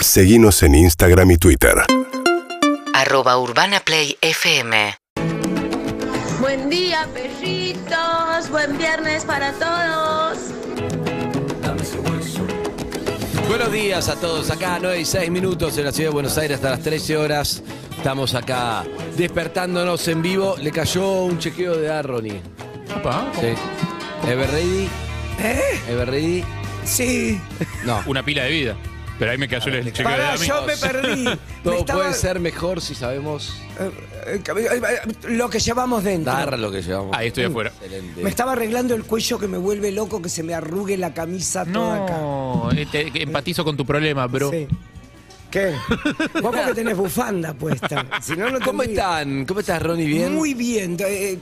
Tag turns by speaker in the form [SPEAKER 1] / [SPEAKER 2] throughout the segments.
[SPEAKER 1] Seguimos en Instagram y Twitter.
[SPEAKER 2] Arroba Urbana Play FM.
[SPEAKER 3] Buen día, perritos. Buen viernes para todos.
[SPEAKER 4] Buenos días a todos, acá 9 y 6 minutos en la ciudad de Buenos Aires hasta las 13 horas. Estamos acá despertándonos en vivo. Le cayó un chequeo de Arroni. Sí. Everready. ¿Eh? Everready.
[SPEAKER 5] Sí.
[SPEAKER 4] No.
[SPEAKER 6] Una pila de vida. Pero ahí me cayó el cheque de
[SPEAKER 5] Pará,
[SPEAKER 6] Dami.
[SPEAKER 5] yo me perdí. Me
[SPEAKER 4] Todo
[SPEAKER 5] estaba-
[SPEAKER 4] puede ser mejor si sabemos
[SPEAKER 5] eh, eh, eh, Lo que llevamos dentro.
[SPEAKER 4] dar lo que llevamos.
[SPEAKER 6] Ahí estoy afuera.
[SPEAKER 4] Excelente.
[SPEAKER 5] Me estaba arreglando el cuello que me vuelve loco, que se me arrugue la camisa toda acá.
[SPEAKER 6] No, eh, te- que empatizo con tu problema, bro.
[SPEAKER 5] Sí. ¿Qué? Vos porque tenés bufanda puesta. Si no, no
[SPEAKER 4] ¿Cómo
[SPEAKER 5] tendría.
[SPEAKER 4] están? ¿Cómo estás, Ronnie? ¿Bien?
[SPEAKER 5] Muy bien. eh, eh,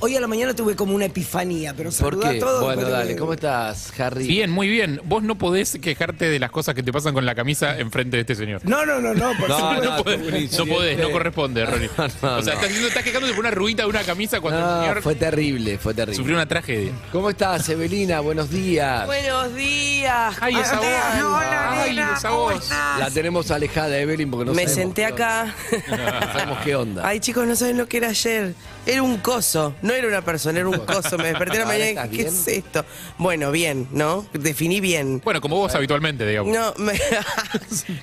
[SPEAKER 5] hoy a la mañana tuve como una epifanía, pero
[SPEAKER 4] ¿Por
[SPEAKER 5] saludá
[SPEAKER 4] qué?
[SPEAKER 5] a todos.
[SPEAKER 4] Bueno,
[SPEAKER 5] porque-
[SPEAKER 4] dale, ¿cómo estás, Harry?
[SPEAKER 6] Bien, muy bien. Vos no podés quejarte de las cosas que te pasan con la camisa enfrente de este señor.
[SPEAKER 5] No, no, no, no, por
[SPEAKER 4] No,
[SPEAKER 5] supuesto.
[SPEAKER 4] no,
[SPEAKER 6] No podés, no, podés, no corresponde, Ronnie.
[SPEAKER 4] Ah, No, no,
[SPEAKER 6] o sea,
[SPEAKER 4] no.
[SPEAKER 6] estás, haciendo- estás quejándote por una ruita de una camisa cuando el
[SPEAKER 4] No,
[SPEAKER 6] señor
[SPEAKER 4] fue terrible, fue terrible.
[SPEAKER 6] sufrió una tragedia.
[SPEAKER 4] ¿Cómo estás, Evelina? Buenos días.
[SPEAKER 7] Buenos días.
[SPEAKER 6] Ay,
[SPEAKER 4] Ah,
[SPEAKER 6] esa voz. Ay, esa voz.
[SPEAKER 4] La tenemos alejada, Evelyn, porque no
[SPEAKER 7] Me
[SPEAKER 4] sabemos
[SPEAKER 7] senté
[SPEAKER 4] qué
[SPEAKER 7] acá.
[SPEAKER 4] onda. No sabemos qué onda.
[SPEAKER 7] Ay, chicos, no saben lo que era ayer. Era un coso. No era una persona, era un coso. Me desperté la
[SPEAKER 4] Ahora
[SPEAKER 7] mañana y
[SPEAKER 4] estás
[SPEAKER 7] dije, ¿qué
[SPEAKER 4] bien?
[SPEAKER 7] es esto? Bueno, bien, ¿no? Definí bien.
[SPEAKER 6] Bueno, como vos habitualmente, digamos.
[SPEAKER 7] No, me-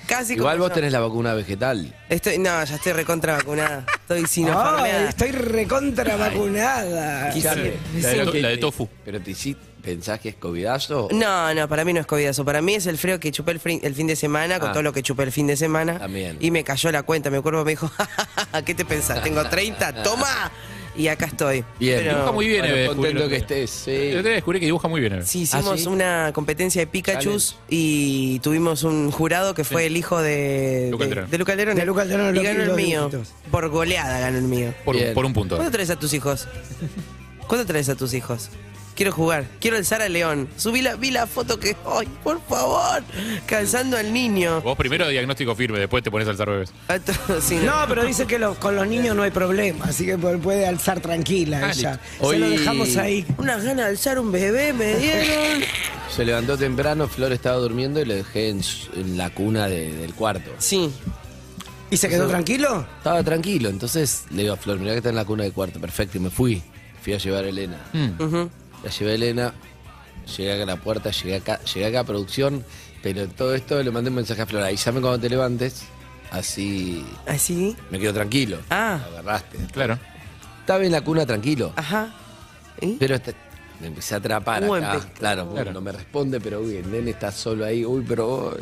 [SPEAKER 7] casi
[SPEAKER 4] Igual
[SPEAKER 7] como
[SPEAKER 4] vos
[SPEAKER 7] yo.
[SPEAKER 4] tenés la vacuna vegetal.
[SPEAKER 7] Estoy, no, ya estoy recontra vacunada. Estoy sin
[SPEAKER 5] Ay,
[SPEAKER 7] enfermedad.
[SPEAKER 5] estoy recontra vacunada.
[SPEAKER 7] Quisiera-
[SPEAKER 4] Escuchame,
[SPEAKER 6] La
[SPEAKER 4] ¿sabés lo
[SPEAKER 6] de to-
[SPEAKER 4] que
[SPEAKER 6] la de
[SPEAKER 4] te-
[SPEAKER 6] tofu.
[SPEAKER 4] ¿Pero te hiciste, pensás que es covidazo?
[SPEAKER 7] No, no, para mí no es covidazo. Para mí es el frío que chupé el, fri- el fin de semana, con
[SPEAKER 4] Ah.
[SPEAKER 7] todo lo que chupé el fin de semana.
[SPEAKER 4] También.
[SPEAKER 7] Y me cayó la cuenta. Mi cuerpo me dijo, ¿qué te pensás? Tengo 30, toma. Y acá estoy.
[SPEAKER 4] Bien.
[SPEAKER 7] Pero-
[SPEAKER 6] Dibuja muy bien,
[SPEAKER 4] Bueno,
[SPEAKER 6] Eve,
[SPEAKER 4] contento
[SPEAKER 6] descubrí
[SPEAKER 4] que
[SPEAKER 6] lo
[SPEAKER 4] estés, sí.
[SPEAKER 6] Yo te descubrí que dibuja muy bien, Eve.
[SPEAKER 7] Sí,
[SPEAKER 4] ¿Ah,
[SPEAKER 7] hicimos
[SPEAKER 4] sí?
[SPEAKER 7] una competencia de Pikachu y tuvimos un jurado que fue el hijo de,
[SPEAKER 6] Luca
[SPEAKER 7] de,
[SPEAKER 6] Alderón.
[SPEAKER 7] de Luca Alderón.
[SPEAKER 5] De Luca Alderón,
[SPEAKER 7] Y
[SPEAKER 5] los-
[SPEAKER 7] ganó el
[SPEAKER 5] los
[SPEAKER 7] mío.
[SPEAKER 5] dibujitos.
[SPEAKER 7] Por goleada ganó el mío.
[SPEAKER 6] Por,
[SPEAKER 4] Bien.
[SPEAKER 6] por un punto.
[SPEAKER 7] ¿Cuándo traes a tus hijos? ¿Cuándo traes a tus hijos? Quiero jugar. Quiero el Sara León. Subí la, vi la foto que. ¡Ay, por favor! Calzando al niño.
[SPEAKER 6] Vos primero diagnóstico firme, después te pones a alzar bebés.
[SPEAKER 7] A to- sí, no.
[SPEAKER 5] No, pero dice que los- con los niños no hay problema, así que pu- puede alzar tranquila
[SPEAKER 6] Ah,
[SPEAKER 5] ella.
[SPEAKER 4] listo.
[SPEAKER 5] Se lo
[SPEAKER 4] Hoy-
[SPEAKER 5] dejamos ahí.
[SPEAKER 7] Unas ganas de alzar un bebé me dieron.
[SPEAKER 4] Se levantó temprano, Flor estaba durmiendo y lo dejé en, su- en la cuna de- del cuarto.
[SPEAKER 7] Sí.
[SPEAKER 5] ¿Y se quedó tranquilo?
[SPEAKER 4] Estaba tranquilo, entonces le digo a Flor, mirá que está en la cuna del cuarto, perfecto, y me fui. Fui a llevar a Elena.
[SPEAKER 7] Ujú.
[SPEAKER 4] La llevé a Elena, llegué acá a la puerta, llegué acá, llegué acá a producción, pero en todo esto le mandé un mensaje a Flor, avísame cuando te levantes, así
[SPEAKER 7] Así.
[SPEAKER 4] me quedo tranquilo.
[SPEAKER 7] Ah.
[SPEAKER 4] La agarraste.
[SPEAKER 6] Claro.
[SPEAKER 4] Estaba en la cuna tranquilo,
[SPEAKER 7] Ajá. ¿Y?
[SPEAKER 4] pero esta- me empecé a atrapar
[SPEAKER 7] Uh,
[SPEAKER 4] acá.
[SPEAKER 7] empe-
[SPEAKER 4] Claro, porque no me responde, pero uy, el nene está solo ahí, uy, pero vos-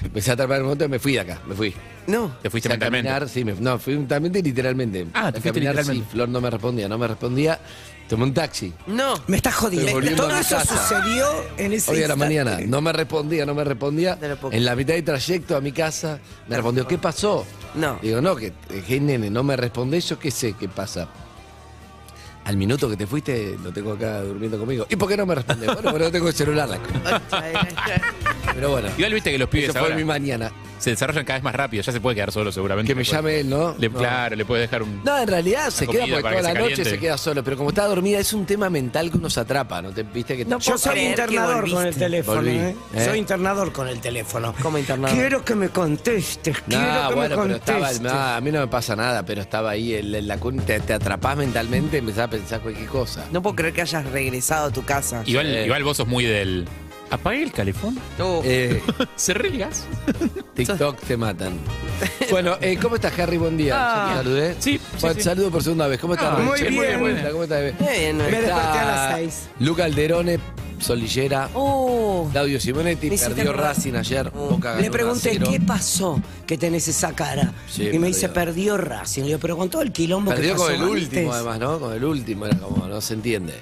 [SPEAKER 4] me empecé a atrapar en un momento y me fui de acá, me fui.
[SPEAKER 7] No.
[SPEAKER 6] Te fuiste
[SPEAKER 4] Empecé a
[SPEAKER 6] mentalmente.
[SPEAKER 4] caminar, sí, me- no, fui mentalmente y literalmente.
[SPEAKER 6] Ah, te
[SPEAKER 4] A
[SPEAKER 6] fuiste literalmente.
[SPEAKER 4] Sí, Flor no me respondía, no me respondía, tomé un taxi.
[SPEAKER 7] No.
[SPEAKER 5] Me estás
[SPEAKER 4] Pero
[SPEAKER 5] jodiendo.
[SPEAKER 4] volviendo a
[SPEAKER 5] Todo
[SPEAKER 4] mi
[SPEAKER 5] eso
[SPEAKER 4] casa.
[SPEAKER 5] sucedió en ese
[SPEAKER 4] Hoy a la
[SPEAKER 5] instante.
[SPEAKER 4] mañana, no me respondía, no me respondía.
[SPEAKER 7] No lo puedo
[SPEAKER 4] En la mitad del trayecto a mi casa, me respondió, ¿qué pasó?
[SPEAKER 7] No.
[SPEAKER 5] Eh.
[SPEAKER 4] Digo, no, que, que nene, no me respondés, yo qué sé, qué pasa. Al minuto que te fuiste, lo tengo acá durmiendo conmigo. ¿Y por qué no me respondes? Bueno, porque no tengo el celular. la c- Pero bueno,
[SPEAKER 6] Igual viste que los pibes
[SPEAKER 4] eso fue
[SPEAKER 6] ahora
[SPEAKER 4] mi mañana.
[SPEAKER 6] se desarrollan cada vez más rápido, ya se puede quedar solo seguramente.
[SPEAKER 4] Que me
[SPEAKER 6] Le
[SPEAKER 4] llame él, ¿no?
[SPEAKER 6] puede- le-
[SPEAKER 4] No.
[SPEAKER 6] Claro, le puede dejar un.
[SPEAKER 4] No, en realidad se
[SPEAKER 6] comida
[SPEAKER 4] queda porque
[SPEAKER 6] para que
[SPEAKER 4] toda la
[SPEAKER 6] se
[SPEAKER 4] noche
[SPEAKER 6] caliente.
[SPEAKER 4] se queda solo. Pero como está dormida, es un tema mental que uno se atrapa, ¿no? Te, viste que
[SPEAKER 7] No
[SPEAKER 5] Yo
[SPEAKER 7] puedo
[SPEAKER 5] soy
[SPEAKER 7] creer que
[SPEAKER 5] internador
[SPEAKER 7] volviste.
[SPEAKER 5] con el teléfono.
[SPEAKER 4] Volví,
[SPEAKER 5] ¿eh?
[SPEAKER 4] ¿eh?
[SPEAKER 5] Soy internador con el teléfono.
[SPEAKER 4] ¿Cómo internador?
[SPEAKER 5] Quiero que me contestes.
[SPEAKER 4] No,
[SPEAKER 5] quiero que
[SPEAKER 4] bueno,
[SPEAKER 5] me
[SPEAKER 4] pero estaba,
[SPEAKER 5] contestes.
[SPEAKER 4] nah, a mí no me pasa nada, pero estaba ahí en, en la cuna, te, te atrapás mentalmente y empezás a pensar cualquier cosa.
[SPEAKER 7] No puedo creer que hayas regresado a tu casa.
[SPEAKER 6] Igual,
[SPEAKER 4] Sí.
[SPEAKER 6] igual vos sos muy del. Apague el calefón.
[SPEAKER 7] Oh,
[SPEAKER 4] Eh,
[SPEAKER 6] Cerré el gas.
[SPEAKER 4] TikTok te matan. Bueno, eh, ¿cómo estás, Harry? Buen día. Ya te saludé.
[SPEAKER 6] sí, sí,
[SPEAKER 4] Bueno,
[SPEAKER 6] sí.
[SPEAKER 4] Saludo por segunda vez. ¿Cómo estás?
[SPEAKER 6] Ah,
[SPEAKER 5] muy
[SPEAKER 4] Che,
[SPEAKER 5] bien.
[SPEAKER 4] ¿Cómo estás, bebé?
[SPEAKER 7] bien,
[SPEAKER 5] Me
[SPEAKER 7] eh.
[SPEAKER 5] desperté a
[SPEAKER 4] Está
[SPEAKER 5] las seis.
[SPEAKER 4] Luca Alderone, Solillera,
[SPEAKER 7] Oh.
[SPEAKER 4] Claudio Simonetti,
[SPEAKER 7] Me hiciste
[SPEAKER 4] perdió
[SPEAKER 7] acordar.
[SPEAKER 4] Racing ayer.
[SPEAKER 7] Oh.
[SPEAKER 4] Boca ganó
[SPEAKER 5] Le pregunté,
[SPEAKER 4] 1 a
[SPEAKER 5] ¿qué
[SPEAKER 4] 0.
[SPEAKER 5] pasó que tenés esa cara?
[SPEAKER 4] Sí,
[SPEAKER 5] y
[SPEAKER 4] perdió.
[SPEAKER 5] me dice, perdió Racing. Le digo, pero con todo el quilombo
[SPEAKER 4] Perdió
[SPEAKER 5] que pasó
[SPEAKER 4] con el último,
[SPEAKER 5] antes".
[SPEAKER 4] además, ¿no? Con el último, era como, no se entiende.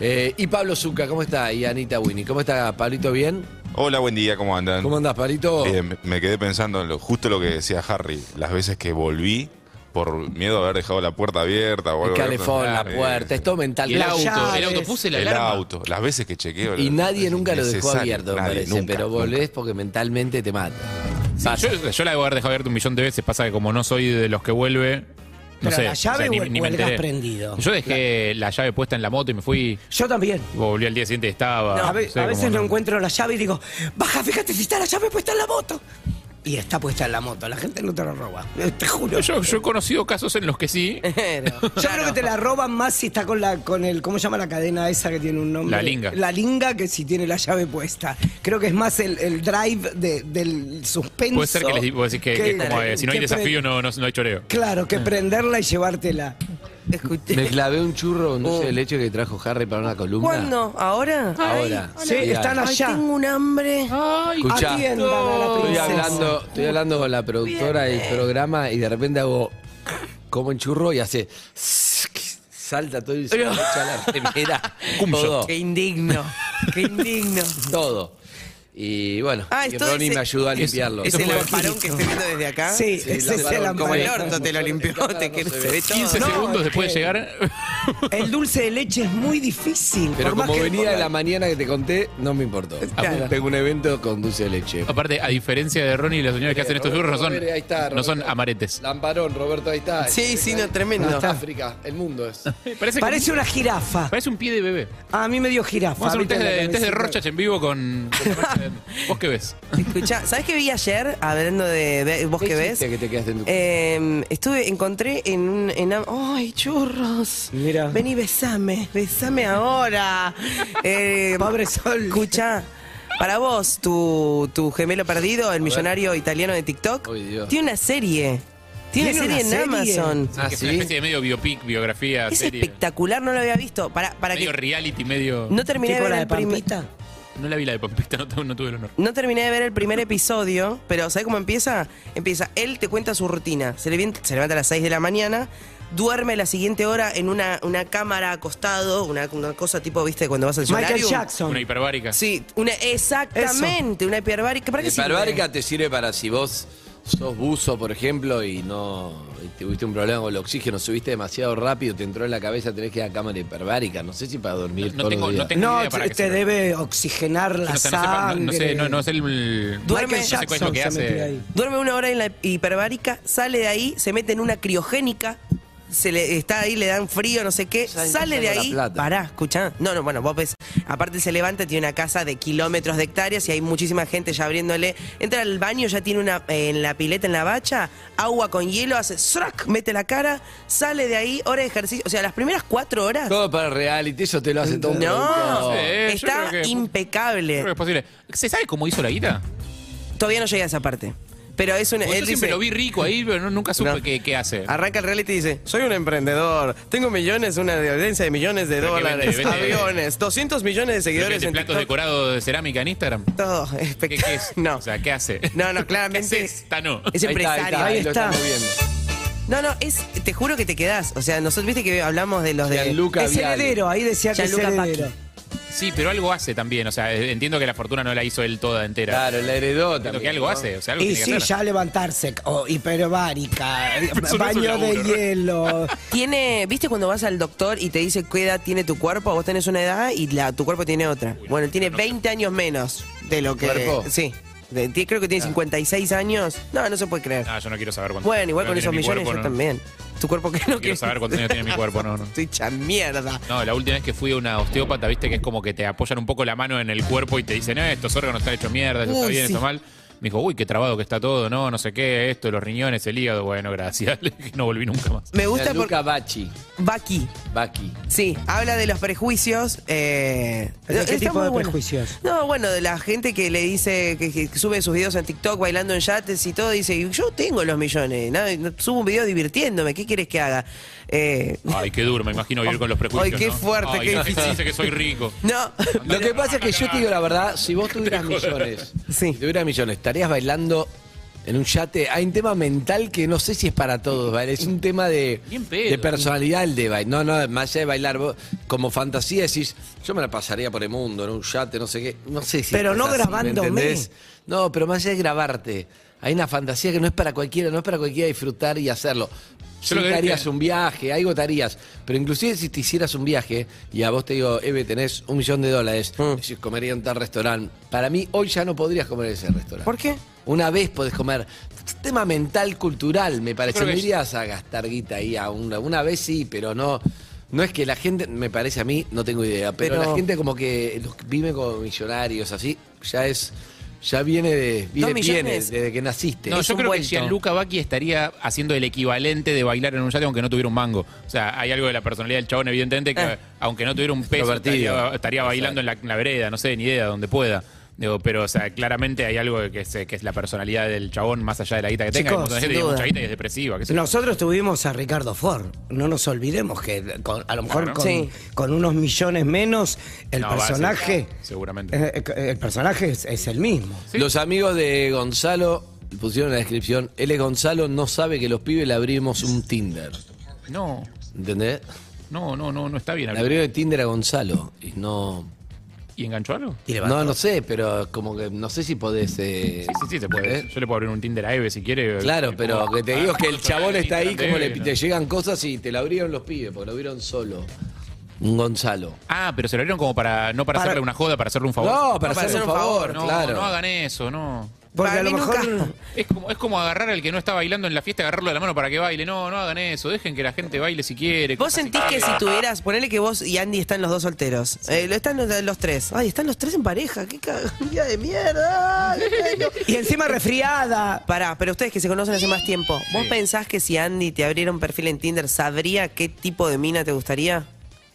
[SPEAKER 4] Eh, y Pablo Zucca, ¿cómo está? Y Anita Winnie, ¿cómo está, Pablito? ¿Bien?
[SPEAKER 8] Hola, buen día, ¿cómo andan?
[SPEAKER 4] ¿Cómo andás, Pablito?
[SPEAKER 8] Bien, me- me quedé pensando en lo, justo lo que decía Harry, las veces que volví por miedo de haber dejado la puerta abierta o
[SPEAKER 4] El
[SPEAKER 8] algo
[SPEAKER 4] calefón, la
[SPEAKER 8] Ah,
[SPEAKER 4] puerta,
[SPEAKER 8] eh,
[SPEAKER 4] es todo mental.
[SPEAKER 6] Y el
[SPEAKER 5] las
[SPEAKER 6] auto. El
[SPEAKER 5] llaves.
[SPEAKER 6] auto puse la
[SPEAKER 8] El
[SPEAKER 6] alarma.
[SPEAKER 8] auto, las veces que chequeo. la-
[SPEAKER 4] Y nadie
[SPEAKER 8] es
[SPEAKER 4] nunca lo dejó
[SPEAKER 8] innecesario,
[SPEAKER 4] abierto, me
[SPEAKER 8] nadie,
[SPEAKER 4] parece,
[SPEAKER 8] nunca,
[SPEAKER 4] pero
[SPEAKER 8] nunca.
[SPEAKER 4] volvés porque mentalmente te mata. Pasa.
[SPEAKER 6] Yo, yo la debo haber dejado abierta un millón de veces. Pasa que como no soy de los que vuelve. No
[SPEAKER 5] Pero
[SPEAKER 6] sé.
[SPEAKER 5] la llave
[SPEAKER 6] ni,
[SPEAKER 5] o el-
[SPEAKER 6] ni
[SPEAKER 5] o
[SPEAKER 6] me
[SPEAKER 5] el gas
[SPEAKER 6] enteré.
[SPEAKER 5] prendido.
[SPEAKER 6] Yo dejé la llave puesta en la moto y me fui.
[SPEAKER 5] Yo también.
[SPEAKER 6] Volví al día siguiente y estaba.
[SPEAKER 5] a,
[SPEAKER 6] Ah, no
[SPEAKER 5] ve-
[SPEAKER 6] sé,
[SPEAKER 5] a veces
[SPEAKER 6] como-
[SPEAKER 5] no encuentro la llave y digo, baja, fíjate si está la llave puesta en la moto. y está puesta en la moto. La gente no te la roba. Te juro.
[SPEAKER 6] Yo, yo he conocido casos en los que sí.
[SPEAKER 7] Pero,
[SPEAKER 5] Yo creo que te la roban más si está con la con el cómo se llama la cadena esa que tiene un nombre.
[SPEAKER 6] La linga.
[SPEAKER 5] La linga que si tiene la llave puesta. Creo que es más el, el drive de- del suspenso.
[SPEAKER 6] Puede ser que les di- vos decís que, que es como de, si no hay
[SPEAKER 5] que
[SPEAKER 6] desafío,
[SPEAKER 5] pre-
[SPEAKER 6] no, no, no hay choreo.
[SPEAKER 5] Claro, que prenderla y llevártela.
[SPEAKER 7] escuché.
[SPEAKER 4] Me clavé un churro con dulce
[SPEAKER 7] Oh.
[SPEAKER 4] de leche que trajo Harry para una columna.
[SPEAKER 7] ¿Cuándo? ¿Ahora?
[SPEAKER 4] Ahora.
[SPEAKER 5] Sí, están
[SPEAKER 7] Ay,
[SPEAKER 5] allá.
[SPEAKER 7] tengo un hambre.
[SPEAKER 4] Escuchá,
[SPEAKER 5] Atiendan a la
[SPEAKER 4] estoy
[SPEAKER 5] princesa.
[SPEAKER 4] hablando, estoy hablando con la productora del programa y de repente hago como un churro y hace salta todo y se me echa la remera.
[SPEAKER 6] Cum
[SPEAKER 4] todo,
[SPEAKER 6] shot.
[SPEAKER 7] Qué indigno. Qué indigno.
[SPEAKER 4] todo. Y bueno,
[SPEAKER 7] Ah,
[SPEAKER 4] y
[SPEAKER 7] esto
[SPEAKER 4] Ronnie
[SPEAKER 7] es-
[SPEAKER 4] me ayudó a lamparlo.
[SPEAKER 7] ¿Es el amparón que estoy viendo desde acá?
[SPEAKER 5] Sí, ese es el
[SPEAKER 7] Como el
[SPEAKER 5] amparón.
[SPEAKER 7] orto te lo limpió, te que se ve todo.
[SPEAKER 6] 15
[SPEAKER 5] No,
[SPEAKER 6] segundos
[SPEAKER 5] es
[SPEAKER 6] después
[SPEAKER 5] que-
[SPEAKER 6] de llegar.
[SPEAKER 5] El dulce de leche es muy difícil.
[SPEAKER 4] Pero
[SPEAKER 5] por más
[SPEAKER 4] como
[SPEAKER 5] que-
[SPEAKER 4] venía de la mañana que te conté, no me importó.
[SPEAKER 7] Claro.
[SPEAKER 4] Tengo un evento con dulce de leche.
[SPEAKER 6] Aparte, a diferencia de Ronnie y los señores que hacen estos
[SPEAKER 4] Roberto,
[SPEAKER 6] churros, no son,
[SPEAKER 4] Roberto, ahí está,
[SPEAKER 6] no son
[SPEAKER 4] Roberto.
[SPEAKER 6] amaretes.
[SPEAKER 4] Lamparón, Roberto, ahí está.
[SPEAKER 7] Sí, sí, no, tremendo.
[SPEAKER 4] Hasta África, el mundo es.
[SPEAKER 6] Eh, Parece,
[SPEAKER 5] Parece una jirafa.
[SPEAKER 6] parece un pie de bebé.
[SPEAKER 5] A mí me dio jirafa.
[SPEAKER 6] Vamos a hacer un
[SPEAKER 5] ¿viste?
[SPEAKER 6] test
[SPEAKER 5] La
[SPEAKER 6] de, test de
[SPEAKER 5] cabecita.
[SPEAKER 6] Rorschach en vivo con. con- ¿Vos qué ves?
[SPEAKER 7] Ah, Escuchá, ¿sabes qué vi ayer? Hablando de, de- vos
[SPEAKER 4] ¿Qué
[SPEAKER 7] que ves.
[SPEAKER 4] hiciste que te quedaste en tu-
[SPEAKER 7] Eh, estuve, encontré en un. en am- ¡Ay, churros!
[SPEAKER 5] Mira.
[SPEAKER 7] Vení, besame, besame ahora. Eh,
[SPEAKER 5] Pobre sol.
[SPEAKER 7] Escucha, para vos, tu, tu gemelo perdido, el millonario italiano de TikTok,
[SPEAKER 4] Uy, Dios.
[SPEAKER 7] tiene una serie. Tiene,
[SPEAKER 5] ¿Tiene
[SPEAKER 7] serie en
[SPEAKER 5] una serie?
[SPEAKER 7] Amazon.
[SPEAKER 4] Ah,
[SPEAKER 6] que es una
[SPEAKER 4] ¿sí?
[SPEAKER 6] especie de medio biopic, biografía,
[SPEAKER 7] Es
[SPEAKER 6] serie.
[SPEAKER 7] espectacular, no lo había visto. Para, para
[SPEAKER 6] Medio
[SPEAKER 7] que.
[SPEAKER 6] reality, medio. No,
[SPEAKER 7] No terminé de
[SPEAKER 5] Tipo
[SPEAKER 7] ver
[SPEAKER 5] la de
[SPEAKER 7] el primer.
[SPEAKER 5] Pampita.
[SPEAKER 6] la vi la de Pampita, no, tu- no tuve el honor.
[SPEAKER 7] No terminé de ver el primer episodio, pero ¿sabes cómo empieza? Empieza, él te cuenta su rutina. Se levien- se levanta, a las 6 de la mañana, duerme la siguiente hora en una, una cámara acostado, una, una cosa tipo, viste, cuando vas al
[SPEAKER 5] Michael
[SPEAKER 7] solarium.
[SPEAKER 6] Una
[SPEAKER 5] Jackson.
[SPEAKER 6] hiperbárica.
[SPEAKER 7] Sí, una, exactamente, una hiperbárica. ¿Para qué
[SPEAKER 4] La
[SPEAKER 7] sirve?
[SPEAKER 4] hiperbárica te sirve para si vos sos buzo, por ejemplo, y no y tuviste un problema con el oxígeno, subiste demasiado rápido, te entró en la cabeza, tenés que ir a cámara hiperbárica. No sé si para dormir
[SPEAKER 6] No
[SPEAKER 4] todos
[SPEAKER 6] tengo-
[SPEAKER 4] los
[SPEAKER 6] no
[SPEAKER 4] días.
[SPEAKER 6] tengo-
[SPEAKER 5] No,
[SPEAKER 6] idea para
[SPEAKER 5] te,
[SPEAKER 6] qué sirve.
[SPEAKER 5] debe oxigenar la
[SPEAKER 6] O sea,
[SPEAKER 5] sangre.
[SPEAKER 6] no, sé, no, no, no sé el.
[SPEAKER 7] Duerme-
[SPEAKER 5] Michael
[SPEAKER 6] no sé cuál es
[SPEAKER 5] Jackson
[SPEAKER 6] lo que
[SPEAKER 5] se
[SPEAKER 6] hace.
[SPEAKER 5] metió ahí.
[SPEAKER 7] Duerme una hora en la hiperbárica, sale de ahí, se mete en una criogénica, se le, está ahí, le dan frío, no sé qué,
[SPEAKER 4] Ya
[SPEAKER 7] sale de
[SPEAKER 4] empezando
[SPEAKER 7] ahí,
[SPEAKER 4] la plata.
[SPEAKER 7] pará, escuchá. No, no, bueno, vos ves, aparte se levanta, tiene una casa de kilómetros de hectáreas y hay muchísima gente ya abriéndole. Entra al baño, ya tiene una eh, en la pileta, en la bacha, agua con hielo, hace ¡zrac! mete la cara, sale de ahí, hora de ejercicio. O sea, las primeras cuatro horas.
[SPEAKER 4] Todo para el reality, eso te lo hace todo un
[SPEAKER 7] No,
[SPEAKER 4] producto.
[SPEAKER 6] Eh, yo
[SPEAKER 7] está
[SPEAKER 6] creo que-
[SPEAKER 7] impecable.
[SPEAKER 6] Creo que es posible. ¿Se sabe cómo hizo la guita?
[SPEAKER 7] Todavía no llegué a esa parte. Pero es un.
[SPEAKER 6] Porque
[SPEAKER 7] él
[SPEAKER 6] yo siempre
[SPEAKER 7] dice-
[SPEAKER 6] lo vi rico ahí, pero no- nunca supe
[SPEAKER 7] No.
[SPEAKER 6] qué, qué hace.
[SPEAKER 7] Arranca el reality y dice, soy un emprendedor, tengo millones, una audiencia de millones de
[SPEAKER 6] Pero que
[SPEAKER 7] dólares,
[SPEAKER 6] vende, vende-
[SPEAKER 7] aviones, 200 millones de seguidores
[SPEAKER 6] ¿Vende
[SPEAKER 7] en
[SPEAKER 6] platos
[SPEAKER 7] TikTok.
[SPEAKER 6] decorados de cerámica en Instagram?
[SPEAKER 7] Todo
[SPEAKER 6] ¿Qué, qué es?
[SPEAKER 7] espectacular. No,
[SPEAKER 6] O sea, ¿qué hace?
[SPEAKER 7] no, no, claramente
[SPEAKER 6] ¿Qué hace? Está no.
[SPEAKER 7] es
[SPEAKER 4] Ahí está, ahí
[SPEAKER 7] empresario.
[SPEAKER 4] está, ahí lo
[SPEAKER 5] está.
[SPEAKER 4] estamos viendo.
[SPEAKER 7] No, no, es, te juro que te quedás. O sea, nosotros viste que hablamos de los de...
[SPEAKER 4] Gianluca
[SPEAKER 5] Es
[SPEAKER 4] Viale.
[SPEAKER 5] heredero, ahí decía que es
[SPEAKER 7] Gianluca Pacchi.
[SPEAKER 5] heredero.
[SPEAKER 6] Sí, pero algo hace también. O sea, eh, entiendo que la fortuna no la hizo él toda entera.
[SPEAKER 4] Claro, la heredó
[SPEAKER 6] Entiendo
[SPEAKER 4] también.
[SPEAKER 6] que algo
[SPEAKER 4] ¿no?
[SPEAKER 6] hace. O sea, algo
[SPEAKER 5] Y
[SPEAKER 6] tiene que
[SPEAKER 5] sí,
[SPEAKER 6] hacer.
[SPEAKER 5] ya levantarse, o hiperbárica, eh,
[SPEAKER 6] Eso no es un
[SPEAKER 5] baño de
[SPEAKER 6] laburo, ¿no?
[SPEAKER 5] hielo.
[SPEAKER 7] Tiene, viste cuando vas al doctor y te dice qué edad tiene tu cuerpo, vos tenés una edad y la, tu cuerpo tiene otra. Bueno, tiene 20 años menos de lo que...
[SPEAKER 4] ¿Cuerpo?
[SPEAKER 7] Sí, De- ti- creo que tiene 56 años. No, no se puede creer.
[SPEAKER 6] Ah, yo no quiero saber cuánto.
[SPEAKER 7] Bueno, igual
[SPEAKER 6] no
[SPEAKER 7] con
[SPEAKER 6] tiene
[SPEAKER 7] esos
[SPEAKER 6] mi
[SPEAKER 7] millones
[SPEAKER 6] cuerpo,
[SPEAKER 7] yo
[SPEAKER 6] no.
[SPEAKER 7] también. Tu cuerpo que no
[SPEAKER 6] No quiero saber cuántos años tiene mi cuerpo, no, no.
[SPEAKER 7] Estoy hecha mierda.
[SPEAKER 6] No, la última vez que fui a una osteópata, viste que es como que te apoyan un poco la mano en el cuerpo y te dicen, eh, estos órganos están hechos mierda, esto está
[SPEAKER 7] Uy,
[SPEAKER 6] bien,
[SPEAKER 7] sí.
[SPEAKER 6] esto mal. Me dijo, uy, qué trabado que está todo, no, no sé qué, esto, los riñones, el hígado, bueno, gracias. Le dije, No volví nunca más.
[SPEAKER 7] Me gusta porque
[SPEAKER 4] Gianluca Bacci,
[SPEAKER 7] Baki,
[SPEAKER 4] Bacci.
[SPEAKER 7] sí, habla de los prejuicios. Eh,
[SPEAKER 5] ¿De qué
[SPEAKER 7] está
[SPEAKER 5] tipo
[SPEAKER 7] muy
[SPEAKER 5] de
[SPEAKER 7] bueno.
[SPEAKER 5] prejuicios?
[SPEAKER 7] No, bueno, de la gente que le dice, que, que sube sus videos en TikTok bailando en yates y todo, dice, "Y yo tengo los millones, ¿no? Y no- subo un video divirtiéndome, ¿qué quieres que haga? Eh,
[SPEAKER 6] Ay, qué duro, me imagino vivir con los prejuicios.
[SPEAKER 7] Ay, qué
[SPEAKER 6] ¿no?
[SPEAKER 7] fuerte,
[SPEAKER 6] Ay,
[SPEAKER 7] qué
[SPEAKER 6] la gente
[SPEAKER 7] difícil.
[SPEAKER 6] Dice que soy rico.
[SPEAKER 7] no,
[SPEAKER 4] Lo que pasa es que yo te digo la verdad, si vos tuvieras millones,
[SPEAKER 7] Sí.
[SPEAKER 4] si tuvieras millones, estarías bailando en un yate. Hay un tema mental que no sé si es para todos, ¿vale? Es un tema de,
[SPEAKER 6] Bien pedo.
[SPEAKER 4] de personalidad el de bailar. No, no, más allá de bailar, vos como fantasía decís, yo me la pasaría por el mundo en un yate, no sé qué. No sé si.
[SPEAKER 5] Pero
[SPEAKER 4] es
[SPEAKER 5] no
[SPEAKER 4] así, ¿me
[SPEAKER 5] grabándome.
[SPEAKER 4] entendés? No, pero más allá de grabarte. Hay una fantasía que no es para cualquiera, no es para cualquiera disfrutar y hacerlo.
[SPEAKER 6] Yo
[SPEAKER 4] Sí
[SPEAKER 6] lo que
[SPEAKER 4] te harías
[SPEAKER 6] dije-
[SPEAKER 4] un viaje, algo te harías. Pero inclusive si te hicieras un viaje y a vos te digo, Eve, tenés un millón de
[SPEAKER 7] Mm.
[SPEAKER 4] dólares, decís, comería en tal restaurante. Para mí, hoy ya no podrías comer en ese restaurante.
[SPEAKER 7] ¿por qué?
[SPEAKER 4] Una vez podés comer. Es Tema mental, cultural, me parece.
[SPEAKER 6] Creo
[SPEAKER 4] No
[SPEAKER 6] que-
[SPEAKER 4] irías a gastar guita ahí a una, una vez sí, pero no. No es que la gente, me parece a mí, no tengo idea, pero,
[SPEAKER 7] Pero-
[SPEAKER 4] la gente como que los que vive como millonarios, así, ya es Ya viene de. Viene, viene
[SPEAKER 7] Dos millones.
[SPEAKER 4] desde que naciste.
[SPEAKER 6] No,
[SPEAKER 7] Es
[SPEAKER 6] yo
[SPEAKER 7] un
[SPEAKER 6] creo que
[SPEAKER 7] vuelto.
[SPEAKER 6] Gianluca Vacchi estaría haciendo el equivalente de bailar en un yate aunque no tuviera un mango. O sea, hay algo de la personalidad del chabón, evidentemente, que
[SPEAKER 7] Ah.
[SPEAKER 6] aunque no tuviera un peso,
[SPEAKER 4] Extrovertido.
[SPEAKER 6] estaría, estaría bailando en la, en la vereda, no sé, ni idea, donde pueda. Digo, pero, o sea, claramente hay algo que es, que es la personalidad del chabón, más allá de la guita que tenga.
[SPEAKER 5] Chicos,
[SPEAKER 6] Hay un montón de gente
[SPEAKER 5] sin
[SPEAKER 6] que tiene mucha
[SPEAKER 5] duda.
[SPEAKER 6] guita y es depresiva. qué sé yo.
[SPEAKER 5] Nosotros tuvimos a Ricardo Ford. No nos olvidemos que con- a lo mejor
[SPEAKER 6] Claro.
[SPEAKER 5] con,
[SPEAKER 7] Sí.
[SPEAKER 5] con unos millones menos, el
[SPEAKER 6] No, va a ser-
[SPEAKER 5] personaje.
[SPEAKER 6] seguramente.
[SPEAKER 5] eh, eh, el personaje es, es el mismo.
[SPEAKER 6] Sí.
[SPEAKER 4] Los amigos de Gonzalo pusieron en la descripción, él es Gonzalo, no sabe que los pibes le abrimos un Tinder.
[SPEAKER 6] No,
[SPEAKER 4] ¿Entendés?
[SPEAKER 6] no, no, no, no está bien.
[SPEAKER 4] Le abrieron el Tinder a Gonzalo y no...
[SPEAKER 6] ¿Y enganchó algo?
[SPEAKER 4] No, no sé, pero como que no sé si podés... eh,
[SPEAKER 6] Sí, sí, sí, se puede.
[SPEAKER 4] ¿eh?
[SPEAKER 6] Yo le puedo abrir un Tinder a Eve si quiere. Ah,
[SPEAKER 4] Claro, pero que te digo es que el chabón está ahí, como le, te
[SPEAKER 6] pide
[SPEAKER 4] llegan cosas y te la abrieron los pibes, porque lo abrieron solo. Un Gonzalo.
[SPEAKER 6] Ah, pero se lo dieron como para, no para,
[SPEAKER 5] Para-
[SPEAKER 6] hacerle una joda, para hacerle un favor.
[SPEAKER 4] No,
[SPEAKER 7] para
[SPEAKER 4] para hacer
[SPEAKER 7] hacer
[SPEAKER 4] un
[SPEAKER 7] un
[SPEAKER 4] favor,
[SPEAKER 6] no,
[SPEAKER 4] claro.
[SPEAKER 6] no hagan eso, no.
[SPEAKER 5] Porque
[SPEAKER 7] Para
[SPEAKER 5] a lo
[SPEAKER 7] mí nunca.
[SPEAKER 5] mejor.
[SPEAKER 6] Es como, es como agarrar al que no está bailando en la fiesta, agarrarlo de la mano para que baile. No, no hagan eso. Dejen que la gente baile si quiere.
[SPEAKER 7] Vos
[SPEAKER 6] cosas
[SPEAKER 7] sentís
[SPEAKER 6] así.
[SPEAKER 7] que si tuvieras, ponele que vos y Andy están los dos solteros. Eh, lo están los, los tres. Ay, están los tres en pareja. Qué cagada de mierda. Ay, bueno.
[SPEAKER 5] Y encima resfriada.
[SPEAKER 7] Pará, pero ustedes que se conocen hace más tiempo, ¿vos pensás que si Andy te abriera un perfil en Tinder, sabría qué tipo de mina te gustaría?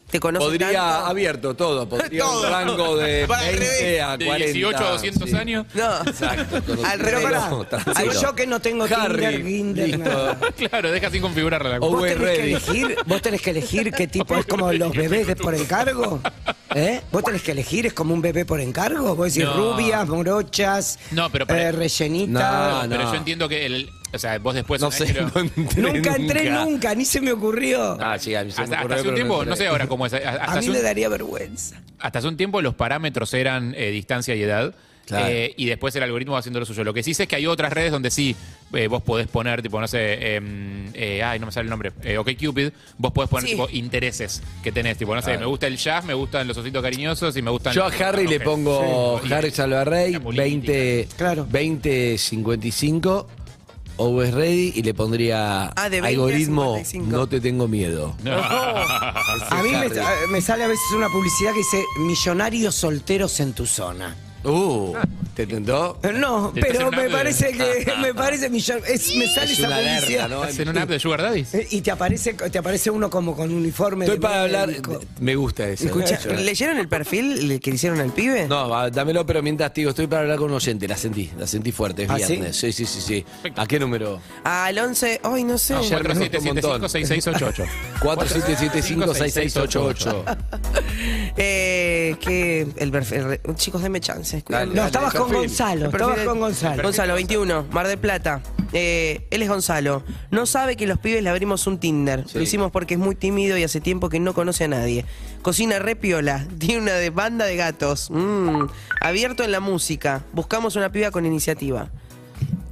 [SPEAKER 7] ¿Te conoce
[SPEAKER 4] Podría
[SPEAKER 7] tanto?
[SPEAKER 4] abierto todo, podría
[SPEAKER 7] Todo.
[SPEAKER 4] un rango de
[SPEAKER 7] Para el
[SPEAKER 4] 20
[SPEAKER 7] revés.
[SPEAKER 4] a
[SPEAKER 6] De
[SPEAKER 4] 40.
[SPEAKER 6] 18 a 200
[SPEAKER 4] Ah, sí.
[SPEAKER 6] años.
[SPEAKER 7] No.
[SPEAKER 4] Exacto. todo
[SPEAKER 7] Al
[SPEAKER 5] Pero
[SPEAKER 7] revés.
[SPEAKER 5] pará,
[SPEAKER 4] No, tranquilo.
[SPEAKER 5] yo que no tengo
[SPEAKER 4] Harry,
[SPEAKER 5] Tinder, Kinder,
[SPEAKER 4] listo.
[SPEAKER 5] nada.
[SPEAKER 6] claro, deja sin configurarla la
[SPEAKER 4] O
[SPEAKER 5] Vos
[SPEAKER 4] Always
[SPEAKER 5] tenés, que
[SPEAKER 4] ready.
[SPEAKER 5] elegir, vos tenés que elegir qué tipo es como los bebés de- por encargo. ¿Eh? Vos tenés que elegir, es como un bebé por encargo. Vos decís
[SPEAKER 6] No.
[SPEAKER 5] rubias, morochas,
[SPEAKER 6] No, pero para-
[SPEAKER 5] eh, rellenitas.
[SPEAKER 4] No, no.
[SPEAKER 6] Pero yo entiendo que el. O sea, vos después.
[SPEAKER 4] No
[SPEAKER 6] una
[SPEAKER 4] sé,
[SPEAKER 6] vez que lo-
[SPEAKER 4] no entré
[SPEAKER 5] Nunca entré nunca, ni se me ocurrió.
[SPEAKER 4] Ah, sí, a mí se me
[SPEAKER 6] Hasta, hasta
[SPEAKER 4] ocurrió,
[SPEAKER 6] hace un
[SPEAKER 4] pero
[SPEAKER 6] tiempo,
[SPEAKER 4] entré.
[SPEAKER 6] no sé ahora cómo es. Hasta,
[SPEAKER 5] A mí
[SPEAKER 6] hace un-
[SPEAKER 5] me daría vergüenza.
[SPEAKER 6] hasta hace un tiempo los parámetros eran eh, distancia y edad.
[SPEAKER 4] Claro.
[SPEAKER 6] eh, y después el algoritmo va haciendo lo suyo. Lo que sí sé es que hay otras redes donde sí eh, vos podés poner, tipo, no sé, em, eh, ay, no me sale el nombre, eh, OK Cupid, vos podés poner,
[SPEAKER 7] Sí.
[SPEAKER 6] tipo, intereses que tenés, tipo, no sé,
[SPEAKER 4] Claro.
[SPEAKER 6] me gusta el jazz, me gustan los ositos cariñosos y me gustan.
[SPEAKER 4] Yo a
[SPEAKER 6] los-
[SPEAKER 4] Harry le
[SPEAKER 6] Ok.
[SPEAKER 4] pongo
[SPEAKER 6] Sí.
[SPEAKER 4] Harry Salvarrey,
[SPEAKER 6] La política.
[SPEAKER 4] 20,
[SPEAKER 5] Claro.
[SPEAKER 4] 20 55, always ready, y le pondría
[SPEAKER 7] Ah, de 20 a
[SPEAKER 4] algoritmo,
[SPEAKER 7] 55.
[SPEAKER 4] no te tengo miedo.
[SPEAKER 5] A mí me,
[SPEAKER 4] Harry.
[SPEAKER 5] a- me sale a veces una publicidad que dice millonarios solteros en tu zona.
[SPEAKER 4] Uh, ¿te tentó?
[SPEAKER 5] Eh, No,
[SPEAKER 6] Te hacen
[SPEAKER 5] pero
[SPEAKER 6] una
[SPEAKER 5] me
[SPEAKER 6] app de-
[SPEAKER 5] parece que me parece millon- es- me sale
[SPEAKER 4] Es
[SPEAKER 5] esa
[SPEAKER 4] una alerta,
[SPEAKER 5] publicidad.
[SPEAKER 4] ¿no?
[SPEAKER 6] ¿Estás en una app de Sugar Daddy?
[SPEAKER 5] Eh, Y te aparece te aparece uno como con uniforme.
[SPEAKER 4] Estoy
[SPEAKER 5] de
[SPEAKER 4] para hablar,
[SPEAKER 5] médico.
[SPEAKER 4] me gusta eso.
[SPEAKER 7] Escuchá, ¿Leyeron el perfil que le hicieron al pibe?
[SPEAKER 4] No, va, dámelo, pero mientras te digo, estoy para hablar con un oyente, la sentí, la sentí fuerte, es
[SPEAKER 5] ¿Ah, sí?
[SPEAKER 4] viernes. Sí, sí, sí, sí. ¿A qué número?
[SPEAKER 7] Al 11, ay, no sé.
[SPEAKER 6] No,
[SPEAKER 4] Ayer me gustó un montón.
[SPEAKER 6] 4775-6688.
[SPEAKER 4] 4775-6688.
[SPEAKER 7] Eh, que el perfil. Chicos, denme chance. escúchame.
[SPEAKER 5] No,
[SPEAKER 4] Dale,
[SPEAKER 5] estabas con
[SPEAKER 4] perfil.
[SPEAKER 5] Gonzalo,
[SPEAKER 7] El perfil
[SPEAKER 5] estabas
[SPEAKER 7] de-
[SPEAKER 5] con Gonzalo.
[SPEAKER 7] Gonzalo, 21, Mar del Plata. Eh, él es Gonzalo. No sabe que los pibes le abrimos un Tinder.
[SPEAKER 4] Sí.
[SPEAKER 7] Lo hicimos porque es muy tímido y hace tiempo que no conoce a nadie. Cocina re piola. Tiene una de banda de gatos. Mm. Abierto en la música. Buscamos una piba con iniciativa.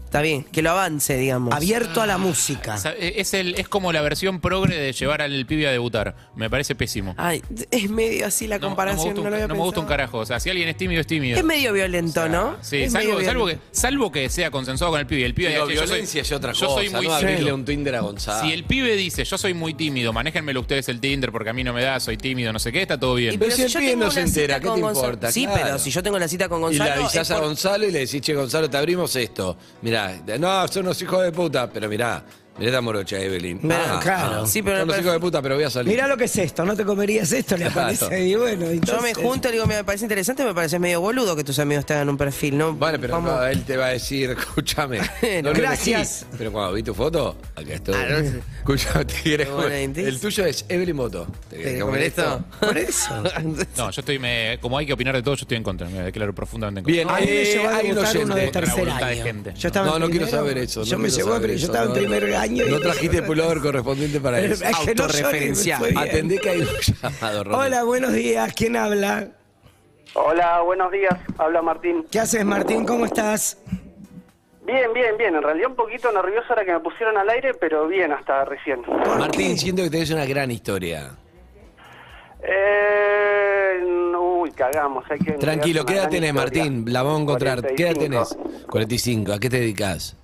[SPEAKER 7] Está bien, que lo avance, digamos.
[SPEAKER 5] Abierto a la música.
[SPEAKER 6] O sea, Es, el, es como la versión progre de llevar al pibe a debutar. Me parece pésimo.
[SPEAKER 7] Ay, es medio así la
[SPEAKER 6] No, no me
[SPEAKER 7] comparación.
[SPEAKER 6] gusta
[SPEAKER 7] No,
[SPEAKER 6] un-
[SPEAKER 7] lo había
[SPEAKER 6] no me gusta un
[SPEAKER 7] pensado.
[SPEAKER 6] carajo. O sea, si alguien es tímido, es tímido.
[SPEAKER 7] Es medio violento, ¿no?
[SPEAKER 6] Sí,
[SPEAKER 7] Es
[SPEAKER 6] salvo,
[SPEAKER 7] medio
[SPEAKER 6] salvo que,
[SPEAKER 7] violento.
[SPEAKER 6] salvo que sea consensuado con el pibe. El pibe
[SPEAKER 4] Digo,
[SPEAKER 6] diga, "Che, yo soy-
[SPEAKER 4] violencia es otra cosa.
[SPEAKER 6] Yo soy muy
[SPEAKER 4] no
[SPEAKER 6] tímido".
[SPEAKER 4] abrirle un Tinder a Gonzalo.
[SPEAKER 6] Si el pibe dice, yo soy muy tímido, manéjenmelo ustedes el Tinder porque a mí no me da, soy tímido, no sé qué, está todo
[SPEAKER 7] Y
[SPEAKER 6] bien.
[SPEAKER 4] Pero
[SPEAKER 7] pero
[SPEAKER 4] si el
[SPEAKER 7] yo
[SPEAKER 4] pibe
[SPEAKER 7] tengo
[SPEAKER 4] no se
[SPEAKER 7] una cita
[SPEAKER 4] entera, ¿qué
[SPEAKER 7] con
[SPEAKER 4] te
[SPEAKER 7] Gonzalo-
[SPEAKER 4] importa?
[SPEAKER 7] Sí,
[SPEAKER 4] Claro.
[SPEAKER 7] pero si yo tengo la cita con
[SPEAKER 4] Y
[SPEAKER 7] Gonzalo.
[SPEAKER 4] le avisás
[SPEAKER 7] es
[SPEAKER 4] a
[SPEAKER 7] por-
[SPEAKER 4] Gonzalo y le decís, che, Gonzalo, te abrimos esto. Mirá, no, son unos hijos de puta, pero mirá, mirá esta morocha, Evelyn. Ah,
[SPEAKER 5] Mirá, claro.
[SPEAKER 7] Sí,
[SPEAKER 4] son
[SPEAKER 7] pero me
[SPEAKER 4] unos
[SPEAKER 7] parece-
[SPEAKER 4] hijos de puta, pero voy a salir.
[SPEAKER 5] Mirá lo que es esto, no te comerías esto, le
[SPEAKER 4] Claro.
[SPEAKER 5] aparece. Y bueno,
[SPEAKER 7] Yo
[SPEAKER 5] entonces-
[SPEAKER 7] me junto y le digo, me parece interesante, me parece medio boludo que tus amigos te hagan un perfil, ¿no?
[SPEAKER 4] Bueno, pero
[SPEAKER 7] Vamos.
[SPEAKER 4] no, eh. él te va a decir, escúchame. no
[SPEAKER 7] Bueno,
[SPEAKER 4] lo
[SPEAKER 5] gracias.
[SPEAKER 4] elegí, pero cuando vi tu foto, acá estoy.
[SPEAKER 7] Ah, no sé.
[SPEAKER 4] Escuchame, te querés
[SPEAKER 7] Qué buena
[SPEAKER 4] comer-
[SPEAKER 7] indicia.
[SPEAKER 4] El tuyo es Evelyn Moto. ¿Te
[SPEAKER 7] ¿Te
[SPEAKER 4] querés
[SPEAKER 7] querés comer esto? Por eso.
[SPEAKER 6] No, yo estoy, me- como hay que opinar de todo, yo estoy en contra. Me declaro profundamente en contra.
[SPEAKER 4] Bien,
[SPEAKER 5] A mí me
[SPEAKER 4] eh,
[SPEAKER 5] llevó a
[SPEAKER 4] hay un
[SPEAKER 5] debutar uno de
[SPEAKER 4] oyente.
[SPEAKER 6] Contra la
[SPEAKER 5] tercer
[SPEAKER 6] voluntad de
[SPEAKER 5] año.
[SPEAKER 6] gente.
[SPEAKER 5] Yo estaba
[SPEAKER 4] no,
[SPEAKER 5] en
[SPEAKER 4] no quiero
[SPEAKER 5] primero.
[SPEAKER 4] saber eso.
[SPEAKER 5] Yo
[SPEAKER 4] no
[SPEAKER 5] me
[SPEAKER 4] quiero
[SPEAKER 5] llevó,
[SPEAKER 4] saber
[SPEAKER 5] pero yo
[SPEAKER 4] eso,
[SPEAKER 5] estaba en primer año. y-
[SPEAKER 4] No trajiste el pullover correspondiente para
[SPEAKER 5] Es
[SPEAKER 4] eso.
[SPEAKER 5] que no soy,
[SPEAKER 7] Autorreferencial.
[SPEAKER 5] me fue bien.
[SPEAKER 4] Atendé que hay un llamado, Ronnie.
[SPEAKER 5] Hola, buenos días. ¿Quién habla?
[SPEAKER 9] Hola, buenos días. Habla Martín.
[SPEAKER 5] ¿Qué haces, Martín? ¿Cómo estás?
[SPEAKER 9] Bien, bien, bien. En realidad un poquito nervioso ahora que me pusieron al aire, pero bien hasta recién.
[SPEAKER 4] Martín, siento que tenés una gran historia.
[SPEAKER 9] Eh, uy, cagamos. Hay que
[SPEAKER 4] Tranquilo, ¿qué edad
[SPEAKER 9] quédate
[SPEAKER 4] tenés, Martín? La vamos a encontrar. ¿Qué edad tenés? 45. ¿A qué te dedicas?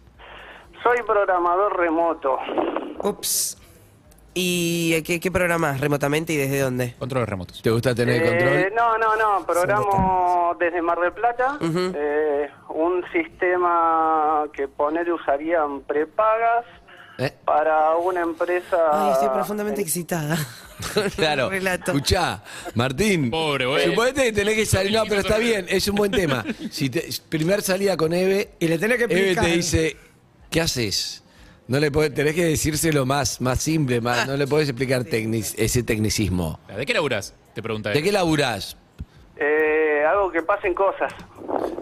[SPEAKER 9] Soy programador remoto.
[SPEAKER 5] Ups.
[SPEAKER 7] ¿Y eh, qué, qué programás remotamente y desde dónde?
[SPEAKER 6] Controles remotos.
[SPEAKER 4] ¿Te gusta tener el
[SPEAKER 9] Eh,
[SPEAKER 4] control?
[SPEAKER 9] no, no, no. Programo desde Mar del Plata
[SPEAKER 7] Ujú.
[SPEAKER 9] eh, un sistema que poner usarían prepagas
[SPEAKER 4] ¿Eh?
[SPEAKER 9] para una empresa. eh,
[SPEAKER 7] Ay, estoy profundamente
[SPEAKER 9] en-
[SPEAKER 7] excitada.
[SPEAKER 4] Ah, Claro.
[SPEAKER 7] Relato.
[SPEAKER 4] Escuchá, Martín.
[SPEAKER 6] Pobre, güey.
[SPEAKER 4] Suponete que tenés que salir. No, pero está
[SPEAKER 6] Hizo
[SPEAKER 4] bien, es un buen tema. Si te, primer salida con Eve.
[SPEAKER 5] Y le tenés que
[SPEAKER 4] Eve
[SPEAKER 5] explicar.
[SPEAKER 4] te dice, ¿qué haces? No le podés, tenés que decírselo más, más simple, más, no le podés explicar tecnic- ese tecnicismo.
[SPEAKER 6] ¿De qué laburas? Te pregunta él.
[SPEAKER 4] ¿De qué laburás?
[SPEAKER 9] Eh, algo que pasen cosas.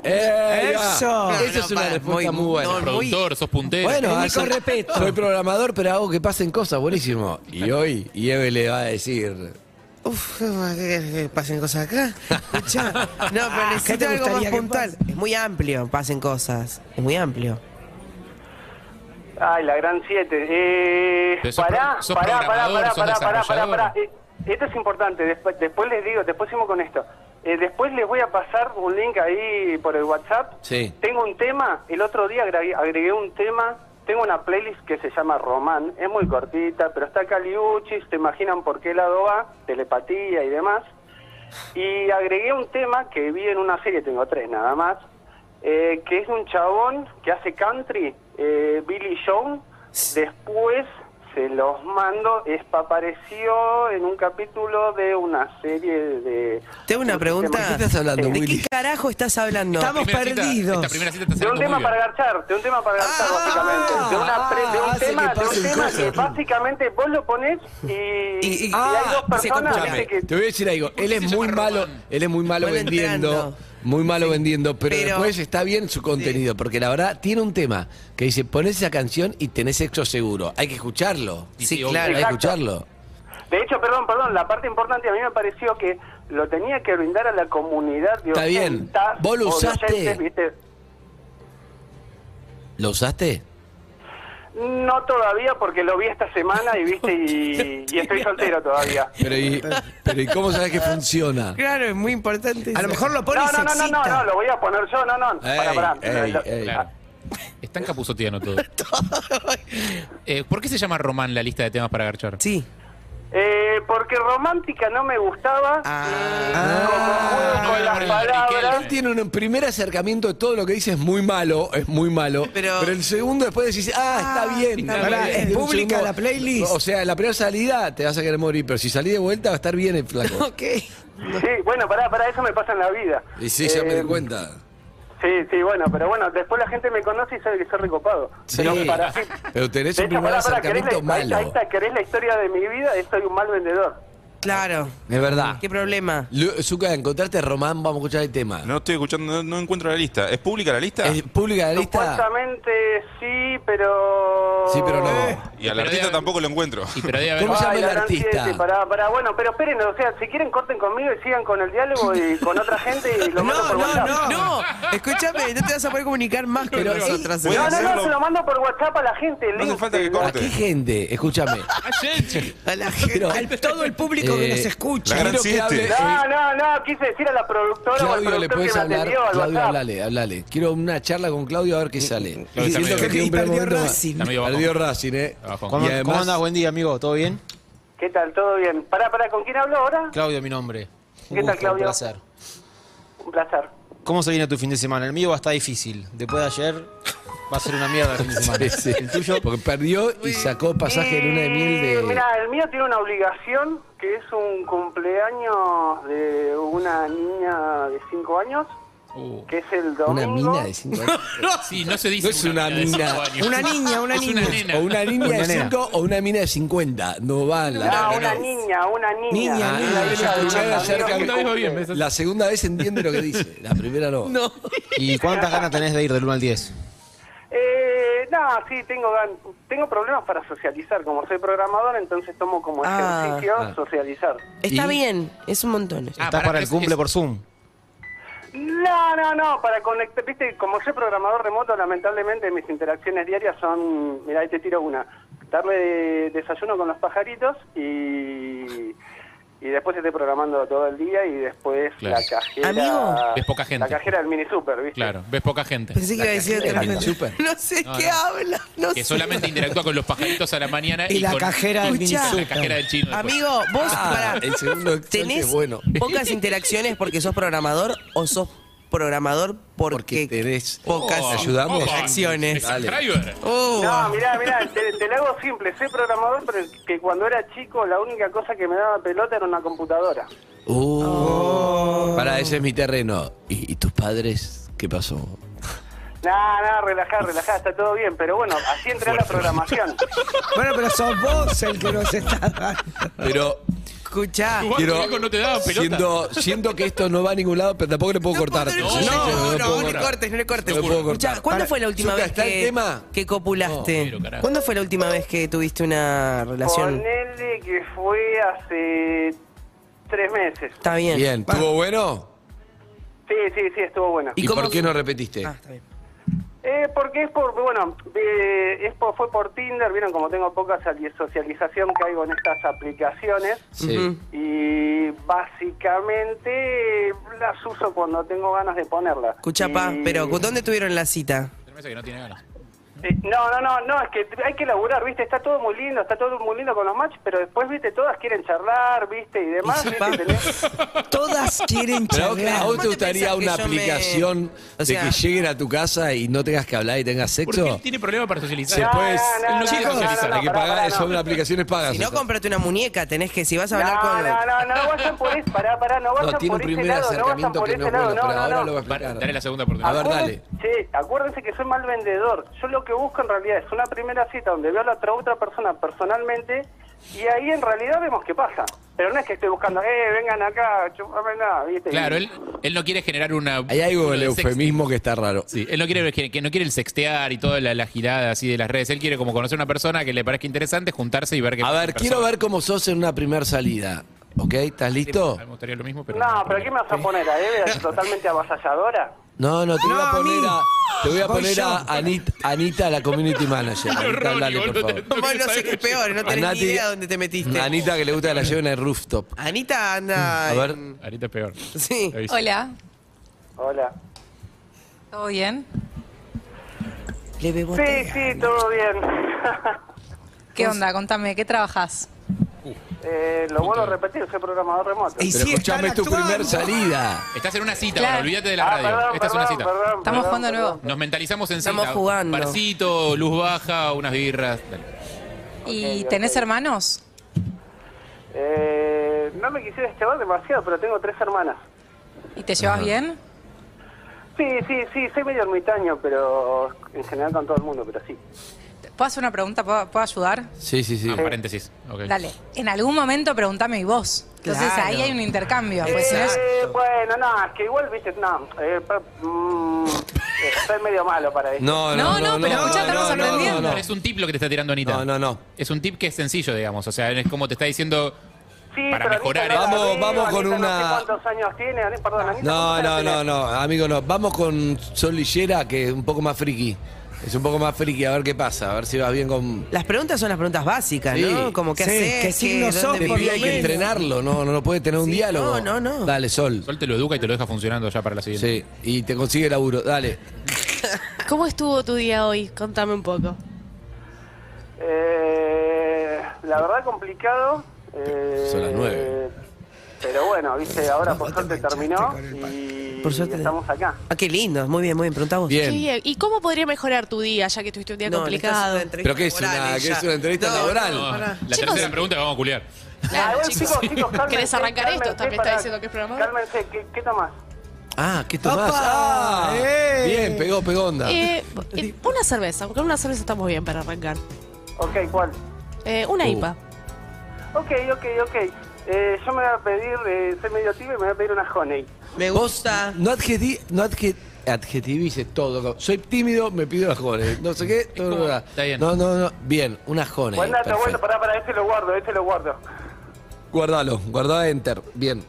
[SPEAKER 4] ¡Eh, ahí
[SPEAKER 5] Eso.
[SPEAKER 4] va! Esa
[SPEAKER 7] No,
[SPEAKER 4] es una
[SPEAKER 7] para,
[SPEAKER 4] respuesta
[SPEAKER 7] muy-
[SPEAKER 4] muy buena.
[SPEAKER 7] no, muy-
[SPEAKER 6] Productor, sos puntero.
[SPEAKER 4] Bueno,
[SPEAKER 5] Técnico
[SPEAKER 4] hace-
[SPEAKER 5] respeto.
[SPEAKER 4] soy programador, pero hago que pasen cosas, buenísimo. Y hoy, y Eve le va a decir,
[SPEAKER 7] Uf, ¿qué- qué- qué- pasen cosas acá. Escuchá. No, pero
[SPEAKER 5] ¿Qué te
[SPEAKER 7] necesito algo más
[SPEAKER 5] gustaría que
[SPEAKER 7] puntual.
[SPEAKER 5] pase?
[SPEAKER 7] Es muy amplio, pasen cosas. Es muy amplio.
[SPEAKER 9] Ay, la gran 7. Eh,
[SPEAKER 6] Pero sos
[SPEAKER 9] pará,
[SPEAKER 6] pro- sos
[SPEAKER 9] pará, pará,
[SPEAKER 6] programador,
[SPEAKER 9] pará,
[SPEAKER 6] sos
[SPEAKER 9] pará, pará, pará,
[SPEAKER 6] desarrollador.
[SPEAKER 9] pará. Eh, esto es importante. Después, después les digo, después seguimos con esto. Eh, después les voy a pasar un link ahí por el WhatsApp.
[SPEAKER 4] Sí.
[SPEAKER 9] Tengo un tema. El otro día agregué, agregué un tema. Tengo una playlist que se llama Román. Es muy cortita, pero está Caliuchis. Te imaginan por qué lado va. Telepatía y demás. Y agregué un tema que vi en una serie, tengo tres nada más, eh, que es un chabón que hace country, eh, Billy Jones. Después se los mando, es apareció en un capítulo de una serie de...
[SPEAKER 7] Tengo una
[SPEAKER 9] un
[SPEAKER 7] pregunta.
[SPEAKER 9] tema-
[SPEAKER 4] ¿qué estás hablando,
[SPEAKER 7] ¿De
[SPEAKER 4] Willy?
[SPEAKER 7] qué carajo estás hablando?
[SPEAKER 5] Estamos
[SPEAKER 6] Primera cita-
[SPEAKER 5] perdidos.
[SPEAKER 6] esta primera cita te
[SPEAKER 9] De
[SPEAKER 6] salió
[SPEAKER 9] un
[SPEAKER 6] muy
[SPEAKER 9] tema
[SPEAKER 6] bien.
[SPEAKER 9] para garchar, de un tema para garchar,
[SPEAKER 5] Ah,
[SPEAKER 9] básicamente. De, una pre- de
[SPEAKER 4] ah,
[SPEAKER 9] un
[SPEAKER 4] hace
[SPEAKER 9] tema,
[SPEAKER 4] que
[SPEAKER 9] de un
[SPEAKER 4] pasen
[SPEAKER 9] tema que
[SPEAKER 4] cosas.
[SPEAKER 9] básicamente vos lo pones y,
[SPEAKER 7] y-
[SPEAKER 9] y
[SPEAKER 5] ah,
[SPEAKER 9] hay dos
[SPEAKER 5] se
[SPEAKER 9] personas
[SPEAKER 5] compone.
[SPEAKER 9] viste,
[SPEAKER 4] Te
[SPEAKER 9] que...
[SPEAKER 4] voy a decir algo, él es
[SPEAKER 6] se
[SPEAKER 4] muy
[SPEAKER 6] llama
[SPEAKER 4] malo,
[SPEAKER 6] Román?
[SPEAKER 4] él es muy malo
[SPEAKER 7] Van
[SPEAKER 4] vendiendo,
[SPEAKER 7] entrando.
[SPEAKER 4] muy malo vendiendo, pero,
[SPEAKER 7] Pero-
[SPEAKER 4] después está bien su contenido, porque la verdad tiene un tema que dice, ponés esa canción y tenés sexo seguro, hay que escucharlo,
[SPEAKER 6] Y
[SPEAKER 7] Sí,
[SPEAKER 6] obvio.
[SPEAKER 7] claro.
[SPEAKER 4] hay que
[SPEAKER 9] Exacto.
[SPEAKER 4] escucharlo.
[SPEAKER 9] De hecho, perdón, perdón, la parte importante a mí me pareció que lo tenía que brindar a la comunidad de
[SPEAKER 4] Está bien.
[SPEAKER 9] oyentas
[SPEAKER 4] ¿Vos lo
[SPEAKER 9] o de
[SPEAKER 4] usaste?
[SPEAKER 9] oyentes, ¿viste?
[SPEAKER 4] ¿Lo usaste?
[SPEAKER 9] No todavía porque lo vi esta semana y viste y, y estoy soltero todavía.
[SPEAKER 4] Pero ¿y, pero, ¿y cómo sabes que funciona?
[SPEAKER 7] Claro, es muy importante.
[SPEAKER 5] A lo mejor lo pone
[SPEAKER 9] No,
[SPEAKER 5] y se
[SPEAKER 9] no, no, no, no,
[SPEAKER 5] excita.
[SPEAKER 9] no, lo voy a poner yo, no, no. Para,
[SPEAKER 4] Ey,
[SPEAKER 9] para.
[SPEAKER 4] ey, ey.
[SPEAKER 6] Claro. Está en capuzoteano todo. Eh, ¿Por qué se llama Román la lista de temas para garchar?
[SPEAKER 7] Sí.
[SPEAKER 9] Eh, porque romántica no me gustaba.
[SPEAKER 7] Ah.
[SPEAKER 9] Como juego con las palabras.
[SPEAKER 4] Él tiene un primer acercamiento de todo lo que dice es muy malo, es muy malo. Pero,
[SPEAKER 7] Pero-
[SPEAKER 4] el segundo después decís, ah, está bien.
[SPEAKER 7] está
[SPEAKER 4] está
[SPEAKER 7] bien.
[SPEAKER 4] bien.
[SPEAKER 5] Es
[SPEAKER 4] Un
[SPEAKER 5] pública la playlist.
[SPEAKER 4] O sea, la primera salida te vas a querer morir, pero si salís de vuelta va a estar bien el flaco.
[SPEAKER 7] Ok.
[SPEAKER 9] Sí, bueno, pará, pará, eso me pasa en la vida.
[SPEAKER 4] y sí, ya me
[SPEAKER 9] Eh,
[SPEAKER 4] di cuenta.
[SPEAKER 9] Sí, sí, bueno, pero bueno, después la gente me conoce y sabe que soy recopado.
[SPEAKER 4] Sí.
[SPEAKER 9] Pero para
[SPEAKER 4] Pero tenés
[SPEAKER 9] De
[SPEAKER 4] un
[SPEAKER 9] hecho,
[SPEAKER 4] primer
[SPEAKER 9] pará, pará, ¿querés
[SPEAKER 4] acercamiento
[SPEAKER 9] la- ahí está, ahí
[SPEAKER 4] malo.
[SPEAKER 9] está, ¿Querés la historia de mi vida? Soy un mal vendedor.
[SPEAKER 7] Claro.
[SPEAKER 4] Es verdad.
[SPEAKER 7] ¿Qué problema?
[SPEAKER 4] Lu- Zuka, encontraste Román, vamos a escuchar el tema.
[SPEAKER 8] No estoy escuchando, no, no encuentro la lista. ¿Es pública la lista?
[SPEAKER 4] ¿Es pública la lista?
[SPEAKER 9] Supuestamente sí, pero...
[SPEAKER 4] Sí, pero no.
[SPEAKER 8] Eh, Y al artista tampoco lo encuentro.
[SPEAKER 6] Y pero debe haber-
[SPEAKER 4] ¿Cómo se llama
[SPEAKER 9] Ay,
[SPEAKER 4] el
[SPEAKER 9] la gran
[SPEAKER 4] artista?
[SPEAKER 9] siete, pará, pará. Bueno, pero esperen, o sea, si quieren corten conmigo y sigan con el diálogo y con otra gente y lo mando
[SPEAKER 7] No,
[SPEAKER 9] por
[SPEAKER 7] no,
[SPEAKER 9] WhatsApp.
[SPEAKER 7] no, no. Escúchame, no te vas a poder comunicar más con
[SPEAKER 4] Pero,
[SPEAKER 7] nosotras.
[SPEAKER 8] Puede
[SPEAKER 9] No, no, no,
[SPEAKER 8] hacerlo.
[SPEAKER 9] se lo mando por WhatsApp a la gente. el
[SPEAKER 8] No hace
[SPEAKER 9] link
[SPEAKER 8] falta que
[SPEAKER 9] de la-
[SPEAKER 4] ¿A qué
[SPEAKER 8] corte.
[SPEAKER 4] gente? Escúchame.
[SPEAKER 7] A la gente.
[SPEAKER 4] Pero-
[SPEAKER 5] Al todo el
[SPEAKER 4] Eh,
[SPEAKER 5] público que nos escucha.
[SPEAKER 8] La gran
[SPEAKER 4] Quiero que
[SPEAKER 8] siete.
[SPEAKER 4] hable-
[SPEAKER 9] No, no, no, quise decir a la productora o al
[SPEAKER 4] Claudio,
[SPEAKER 9] productor
[SPEAKER 4] le puedes
[SPEAKER 9] que me
[SPEAKER 4] hablar.
[SPEAKER 9] atendió al
[SPEAKER 4] Claudio,
[SPEAKER 9] WhatsApp.
[SPEAKER 4] hablale, hablale. Quiero una charla con Claudio a ver qué sale.
[SPEAKER 6] Claudio está medio-
[SPEAKER 5] Y
[SPEAKER 4] primer
[SPEAKER 5] perdió
[SPEAKER 4] momento-
[SPEAKER 5] Racing.
[SPEAKER 6] Está medio bajo.
[SPEAKER 4] Perdió Racing, eh.
[SPEAKER 6] Bajo.
[SPEAKER 4] Y además,
[SPEAKER 10] Buen día, amigo. ¿Todo bien?
[SPEAKER 9] ¿Qué tal? ¿Todo bien? Pará, pará, ¿con quién hablo ahora?
[SPEAKER 10] Claudio, mi nombre.
[SPEAKER 9] ¿Qué tal, Claudio? Un placer.
[SPEAKER 10] ¿Cómo se viene tu fin de semana? El mío va a estar difícil. Después de ayer va a ser una mierda el fin de semana.
[SPEAKER 4] Sí, sí. Porque perdió y sacó pasaje de luna de miel de.
[SPEAKER 9] Mira, el mío tiene una obligación, que es un cumpleaños de una niña de 5 años,
[SPEAKER 6] Uh.
[SPEAKER 9] que es el
[SPEAKER 4] una
[SPEAKER 9] domingo.
[SPEAKER 4] mina de 5 años.
[SPEAKER 6] Sí, no se dice.
[SPEAKER 4] No es una
[SPEAKER 6] de
[SPEAKER 4] mina.
[SPEAKER 6] cinco años.
[SPEAKER 5] Una niña, una
[SPEAKER 6] Es
[SPEAKER 5] niña.
[SPEAKER 6] una nena.
[SPEAKER 4] O una niña
[SPEAKER 10] Una
[SPEAKER 4] de
[SPEAKER 10] nena.
[SPEAKER 4] 5 o una mina de 50. No Ah, van
[SPEAKER 9] No,
[SPEAKER 4] la.
[SPEAKER 6] no,
[SPEAKER 9] una
[SPEAKER 6] no.
[SPEAKER 9] niña, una niña.
[SPEAKER 5] Niña,
[SPEAKER 9] Una
[SPEAKER 10] Ah,
[SPEAKER 5] niña, niña,
[SPEAKER 9] hija de un
[SPEAKER 5] escuchá,
[SPEAKER 9] amigo
[SPEAKER 4] acerca-
[SPEAKER 9] que
[SPEAKER 4] Segunda vez
[SPEAKER 6] va bien,
[SPEAKER 9] cumple.
[SPEAKER 6] ¿ves?
[SPEAKER 4] La segunda vez entiende lo que dice. La primera no.
[SPEAKER 7] No.
[SPEAKER 10] ¿Y cuántas ganas tenés de ir del 1 al 10?
[SPEAKER 9] Eh, no, sí, tengo gan- tengo problemas para socializar. Como soy programador, entonces tomo como
[SPEAKER 7] Ah.
[SPEAKER 9] ejercicio
[SPEAKER 4] Ah.
[SPEAKER 9] socializar.
[SPEAKER 7] Está
[SPEAKER 4] ¿Y?
[SPEAKER 7] bien, es un montón.
[SPEAKER 6] Ah,
[SPEAKER 10] Estás
[SPEAKER 6] pará,
[SPEAKER 10] para el
[SPEAKER 6] es-
[SPEAKER 10] cumple
[SPEAKER 6] es-
[SPEAKER 10] por Zoom.
[SPEAKER 9] No, no, no, para conectar, viste, como soy programador remoto, lamentablemente mis interacciones diarias son, mirá, ahí te tiro una, darle desayuno con los pajaritos y, y después esté programando todo el día y después
[SPEAKER 6] Claro.
[SPEAKER 9] la cajera.
[SPEAKER 6] Amigo. Ves poca gente.
[SPEAKER 9] La cajera del mini super, ¿viste?
[SPEAKER 6] Claro, ves poca gente.
[SPEAKER 7] Pensé que iba a decir
[SPEAKER 6] La
[SPEAKER 7] otra
[SPEAKER 6] cajera
[SPEAKER 7] cosa.
[SPEAKER 6] del Super.
[SPEAKER 7] No sé
[SPEAKER 6] No,
[SPEAKER 7] qué
[SPEAKER 6] no.
[SPEAKER 7] habla. No
[SPEAKER 6] que
[SPEAKER 7] sé.
[SPEAKER 6] solamente interactúa con los pajaritos a la mañana
[SPEAKER 5] Y
[SPEAKER 6] y,
[SPEAKER 5] la
[SPEAKER 6] con-
[SPEAKER 5] cajera del
[SPEAKER 6] Escuchá.
[SPEAKER 5] mini
[SPEAKER 6] La cajera del chino. después.
[SPEAKER 7] Amigo, vos
[SPEAKER 4] Ah,
[SPEAKER 7] pará,
[SPEAKER 4] el segundo extracto
[SPEAKER 7] tenés
[SPEAKER 4] es bueno.
[SPEAKER 7] pocas interacciones porque sos programador o sos programador porque,
[SPEAKER 4] Porque tenés-
[SPEAKER 7] pocas
[SPEAKER 4] ¿Te ayudamos?
[SPEAKER 7] interacciones.
[SPEAKER 4] Dale.
[SPEAKER 6] Driver.
[SPEAKER 7] Uh,
[SPEAKER 9] No, mirá, mirá, te, te lo hago simple. Soy programador, pero que cuando era chico la única cosa que me daba pelota era una computadora.
[SPEAKER 4] Uh, Para, Uh, ese es mi terreno. ¿Y, y tus padres? ¿Qué pasó?
[SPEAKER 9] Nada, nada, relajá, relajá, está todo bien. Pero bueno, así entré a la programación.
[SPEAKER 5] Bueno, pero sos vos el que nos está dando.
[SPEAKER 4] Pero
[SPEAKER 7] escuchá.
[SPEAKER 6] Igual tu viejo no te daba pelota.
[SPEAKER 4] Siendo, siendo que esto no va a ningún lado, pero tampoco le puedo cortar.
[SPEAKER 7] No,
[SPEAKER 4] Sí, sí, sí,
[SPEAKER 7] no, no,
[SPEAKER 4] le puedo
[SPEAKER 7] no le
[SPEAKER 4] cortar.
[SPEAKER 7] cortes, no le cortes.
[SPEAKER 4] No puedo
[SPEAKER 7] Escuchá,
[SPEAKER 4] cortar.
[SPEAKER 7] ¿Cuándo
[SPEAKER 4] Para,
[SPEAKER 7] fue la última
[SPEAKER 4] Zucca,
[SPEAKER 7] vez
[SPEAKER 4] ¿está el
[SPEAKER 7] que,
[SPEAKER 4] tema?
[SPEAKER 7] que copulaste?
[SPEAKER 6] No, carajo.
[SPEAKER 7] ¿Cuándo fue la última vez que tuviste una relación?
[SPEAKER 9] Ponele que fue hace tres meses.
[SPEAKER 7] Está bien.
[SPEAKER 4] Bien, ¿estuvo bueno?
[SPEAKER 9] Sí, sí, sí, estuvo bueno.
[SPEAKER 4] ¿Y, por qué no repetiste?
[SPEAKER 7] Ah, está bien.
[SPEAKER 9] Eh, porque es por, bueno, eh, es por- fue por Tinder, vieron como tengo poca sali- socialización que hago en estas aplicaciones
[SPEAKER 4] sí.
[SPEAKER 7] Ujú.
[SPEAKER 9] y básicamente eh, las uso cuando tengo ganas de ponerlas.
[SPEAKER 7] Escuchá, pa,
[SPEAKER 9] Y-
[SPEAKER 7] pero ¿dónde tuvieron la cita?
[SPEAKER 6] Cerveza que no tiene ganas.
[SPEAKER 9] Eh, no, no, no, no, es que hay que laburar, viste, está todo muy lindo, está todo muy lindo con los match, pero después, viste, todas quieren charlar, viste, y demás,
[SPEAKER 7] Y
[SPEAKER 9] viste,
[SPEAKER 7] pa.
[SPEAKER 9] tenés-
[SPEAKER 5] Todas quieren
[SPEAKER 4] Pero a vos-
[SPEAKER 5] charlar.
[SPEAKER 4] ¿A vos te
[SPEAKER 7] te
[SPEAKER 4] gustaría
[SPEAKER 7] pensás que
[SPEAKER 4] una
[SPEAKER 7] yo me-
[SPEAKER 4] aplicación
[SPEAKER 7] O sea-
[SPEAKER 4] de que lleguen a tu casa y no tengas que hablar y tengas
[SPEAKER 6] Porque
[SPEAKER 4] sexo?
[SPEAKER 6] él tiene problemas para socializar.
[SPEAKER 4] Se
[SPEAKER 9] No,
[SPEAKER 4] puede.
[SPEAKER 9] no, no,
[SPEAKER 4] Chicos,
[SPEAKER 9] no, no, no,
[SPEAKER 4] hay que
[SPEAKER 9] pará, pará,
[SPEAKER 4] pagar,
[SPEAKER 9] no.
[SPEAKER 4] son aplicaciones pagas.
[SPEAKER 7] Si no,
[SPEAKER 4] esas.
[SPEAKER 7] comprate una muñeca, tenés que, si vas a hablar
[SPEAKER 9] No,
[SPEAKER 7] con...
[SPEAKER 9] no, no, no vayan por ese, pará, pará, no vayan
[SPEAKER 4] no, tiene un
[SPEAKER 9] por ese
[SPEAKER 4] primer
[SPEAKER 9] lado, no vayan
[SPEAKER 4] acercamiento
[SPEAKER 9] por
[SPEAKER 4] que no
[SPEAKER 9] ese
[SPEAKER 4] es
[SPEAKER 9] lado,
[SPEAKER 4] bueno,
[SPEAKER 9] no,
[SPEAKER 4] pero
[SPEAKER 9] no,
[SPEAKER 4] ahora
[SPEAKER 9] no.
[SPEAKER 4] lo voy a
[SPEAKER 6] Vale,
[SPEAKER 4] explicar.
[SPEAKER 6] Dale la segunda
[SPEAKER 4] A
[SPEAKER 6] oportunidad.
[SPEAKER 4] ver, dale.
[SPEAKER 9] Sí, acuérdense que soy mal vendedor. Yo lo que busco en realidad es una primera cita donde veo a la otra, otra persona personalmente y ahí en realidad vemos qué pasa. Pero no es que estoy buscando, eh, vengan acá, chupame nada, ¿viste?
[SPEAKER 4] eh.
[SPEAKER 6] Claro, él, él no quiere generar una.
[SPEAKER 4] Hay algo del
[SPEAKER 6] un sex-
[SPEAKER 4] eufemismo que está raro.
[SPEAKER 6] Sí, él no quiere, que, que no quiere el sextear y toda la, la girada así de las redes. Él quiere como conocer a una persona que le parezca interesante, juntarse y ver qué
[SPEAKER 4] A
[SPEAKER 6] pasa
[SPEAKER 4] ver,
[SPEAKER 6] en
[SPEAKER 4] quiero
[SPEAKER 6] persona.
[SPEAKER 4] ver cómo sos en una primera salida. ¿Ok? ¿Estás listo?
[SPEAKER 6] A mí me gustaría lo mismo, pero.
[SPEAKER 9] No, pero ¿qué me vas a poner a Eve eh, totalmente avasalladora?
[SPEAKER 4] No, no, te voy a
[SPEAKER 5] No, a mí.
[SPEAKER 4] poner a, te voy a,
[SPEAKER 5] Voy
[SPEAKER 4] poner
[SPEAKER 5] yo.
[SPEAKER 4] a Anit- Anita, la community manager. Anita,
[SPEAKER 6] Ronnie,
[SPEAKER 4] hablale, por
[SPEAKER 6] boludo,
[SPEAKER 4] favor.
[SPEAKER 6] te-
[SPEAKER 7] Vos no sé qué es peor, no tenés
[SPEAKER 4] A Nati-
[SPEAKER 7] ni idea dónde te metiste.
[SPEAKER 4] Anita que le gusta que la lleven al rooftop.
[SPEAKER 7] Anita anda...
[SPEAKER 4] A ver.
[SPEAKER 7] en-
[SPEAKER 6] Ahorita es peor.
[SPEAKER 7] Sí.
[SPEAKER 6] Te aviso.
[SPEAKER 11] Hola,
[SPEAKER 9] Hola.
[SPEAKER 11] ¿todo bien?
[SPEAKER 7] Le bebo
[SPEAKER 9] Sí, sí, todo bien.
[SPEAKER 11] ¿Qué
[SPEAKER 12] Pues-
[SPEAKER 11] onda? Contame, ¿qué trabajas?
[SPEAKER 9] eh, lo vuelvo a repetir, soy programador remoto.
[SPEAKER 5] Y
[SPEAKER 4] Pero
[SPEAKER 5] sí,
[SPEAKER 4] escúchame, es tu
[SPEAKER 5] están
[SPEAKER 4] primer
[SPEAKER 5] actuando.
[SPEAKER 4] salida.
[SPEAKER 6] Estás en una cita,
[SPEAKER 11] Claro.
[SPEAKER 6] ahora, olvídate de la
[SPEAKER 9] Ah,
[SPEAKER 6] radio.
[SPEAKER 9] perdón,
[SPEAKER 6] Esta es una
[SPEAKER 9] perdón,
[SPEAKER 6] cita.
[SPEAKER 9] perdón,
[SPEAKER 11] Estamos
[SPEAKER 9] perdón,
[SPEAKER 11] jugando de nuevo.
[SPEAKER 9] perdón.
[SPEAKER 6] Nos mentalizamos en
[SPEAKER 7] Estamos
[SPEAKER 6] cita.
[SPEAKER 7] jugando.
[SPEAKER 6] Barcito, luz baja, unas birras. Dale. ah,
[SPEAKER 11] ¿Y
[SPEAKER 9] ok.
[SPEAKER 11] tenés hermanos?
[SPEAKER 9] Eh, no me quisiera llevar demasiado, pero tengo tres hermanas.
[SPEAKER 11] ¿Y te llevas bien?
[SPEAKER 9] Sí, sí, sí, soy medio ermitaño, pero en general con todo el mundo, pero sí.
[SPEAKER 11] ¿Puedo hacer una pregunta? ¿Puedo, puedo ayudar?
[SPEAKER 4] Sí, sí, sí.
[SPEAKER 6] Ah, paréntesis. ok.
[SPEAKER 11] Dale. En algún momento preguntame y vos. Entonces
[SPEAKER 7] Claro.
[SPEAKER 11] ahí hay un intercambio. pues, si no
[SPEAKER 9] Eh,
[SPEAKER 11] es-
[SPEAKER 9] bueno, no, es que igual, viste, no, eh, pa- mm, eh, soy medio malo para eso.
[SPEAKER 4] No, no,
[SPEAKER 11] No,
[SPEAKER 4] no.
[SPEAKER 11] no, pero escuchá, estamos
[SPEAKER 4] no, no,
[SPEAKER 11] aprendiendo.
[SPEAKER 4] no, no.
[SPEAKER 6] Pero es un tip lo que te está tirando Anita.
[SPEAKER 4] No, no, no.
[SPEAKER 6] Es un tip que es sencillo, digamos. O sea, es como te está diciendo.
[SPEAKER 9] Sí,
[SPEAKER 6] Para
[SPEAKER 9] pero
[SPEAKER 6] mejorar,
[SPEAKER 9] Anita
[SPEAKER 6] ¿eh?
[SPEAKER 9] no la
[SPEAKER 4] Vamos-
[SPEAKER 9] veo,
[SPEAKER 4] vamos con
[SPEAKER 9] Anita
[SPEAKER 4] una-
[SPEAKER 9] No sé cuántos años tiene, Ani- perdón,
[SPEAKER 4] No,
[SPEAKER 9] Anita, ¿cuántos
[SPEAKER 4] no,
[SPEAKER 9] años
[SPEAKER 4] no,
[SPEAKER 9] tiene?
[SPEAKER 4] no, amigo, no. Vamos con Sol Lillera, que es un poco más friki. Es un poco más friki, a ver qué pasa, a ver si vas bien con.
[SPEAKER 7] Las preguntas son las preguntas básicas,
[SPEAKER 4] Sí.
[SPEAKER 7] ¿no? Como qué
[SPEAKER 5] Sí,
[SPEAKER 7] haces,
[SPEAKER 5] qué signo
[SPEAKER 7] dónde
[SPEAKER 5] sos,
[SPEAKER 4] Este
[SPEAKER 5] por
[SPEAKER 7] vivís.
[SPEAKER 4] pibe hay que entrenarlo, no, no, no puede tener un
[SPEAKER 7] Sí,
[SPEAKER 4] diálogo.
[SPEAKER 7] no, no, no.
[SPEAKER 4] Dale, Sol.
[SPEAKER 6] Sol te lo educa y te lo deja funcionando ya para la siguiente.
[SPEAKER 4] Sí, y te consigue laburo, dale.
[SPEAKER 12] ¿Cómo estuvo tu día hoy? Contame un poco.
[SPEAKER 9] Eh, la verdad, complicado. eh,
[SPEAKER 4] Son las nueve.
[SPEAKER 9] Pero bueno, viste, ahora por suerte terminó y
[SPEAKER 7] Por suerte.
[SPEAKER 9] estamos acá.
[SPEAKER 7] Ah, qué lindo. Muy bien, muy bien. Preguntá vos.
[SPEAKER 12] Qué
[SPEAKER 4] Bien.
[SPEAKER 12] bien. ¿Y cómo podría mejorar tu día, ya que tuviste un día
[SPEAKER 7] No, le estás haciendo
[SPEAKER 12] complicado?
[SPEAKER 7] una entrevista
[SPEAKER 4] ¿Pero qué es, una-
[SPEAKER 7] laboral,
[SPEAKER 4] qué
[SPEAKER 7] ella.
[SPEAKER 4] es una entrevista
[SPEAKER 7] No,
[SPEAKER 4] laboral?
[SPEAKER 6] No, Ah, la
[SPEAKER 12] Chicos.
[SPEAKER 6] tercera pregunta la vamos a culiar.
[SPEAKER 12] Claro,
[SPEAKER 9] Ah, igual,
[SPEAKER 12] chicos.
[SPEAKER 9] chicos, chicos, cálmense,
[SPEAKER 12] ¿Querés arrancar esto?
[SPEAKER 9] cálmense
[SPEAKER 12] También está
[SPEAKER 9] para-
[SPEAKER 12] diciendo que es programador.
[SPEAKER 9] Cálmense, ¿qué, qué tomás?
[SPEAKER 4] Ah, ¿qué tomás?
[SPEAKER 5] ¡Opa!
[SPEAKER 4] Ah,
[SPEAKER 5] ¡Eh!
[SPEAKER 4] bien, pegó, pegó onda.
[SPEAKER 12] Eh, eh, una cerveza, con una cerveza estamos bien para arrancar.
[SPEAKER 9] Ok, ¿cuál?
[SPEAKER 12] Eh, una
[SPEAKER 4] Uh.
[SPEAKER 12] IPA.
[SPEAKER 9] Ok, ok, ok. Eh, yo me voy a pedir, eh, soy medio tibio y me voy a pedir una honey.
[SPEAKER 7] Me gusta.
[SPEAKER 4] No, adjeti- no adje- adjetivice todo. Soy tímido, me pido las jones. No sé qué. No, no, no.
[SPEAKER 6] Está bien.
[SPEAKER 4] no, no, no. Bien, unas jones.
[SPEAKER 9] Buen dato, bueno,
[SPEAKER 4] perfecto.
[SPEAKER 9] pará, pará, este lo guardo, este lo guardo.
[SPEAKER 4] Guardalo, guardá enter. Bien.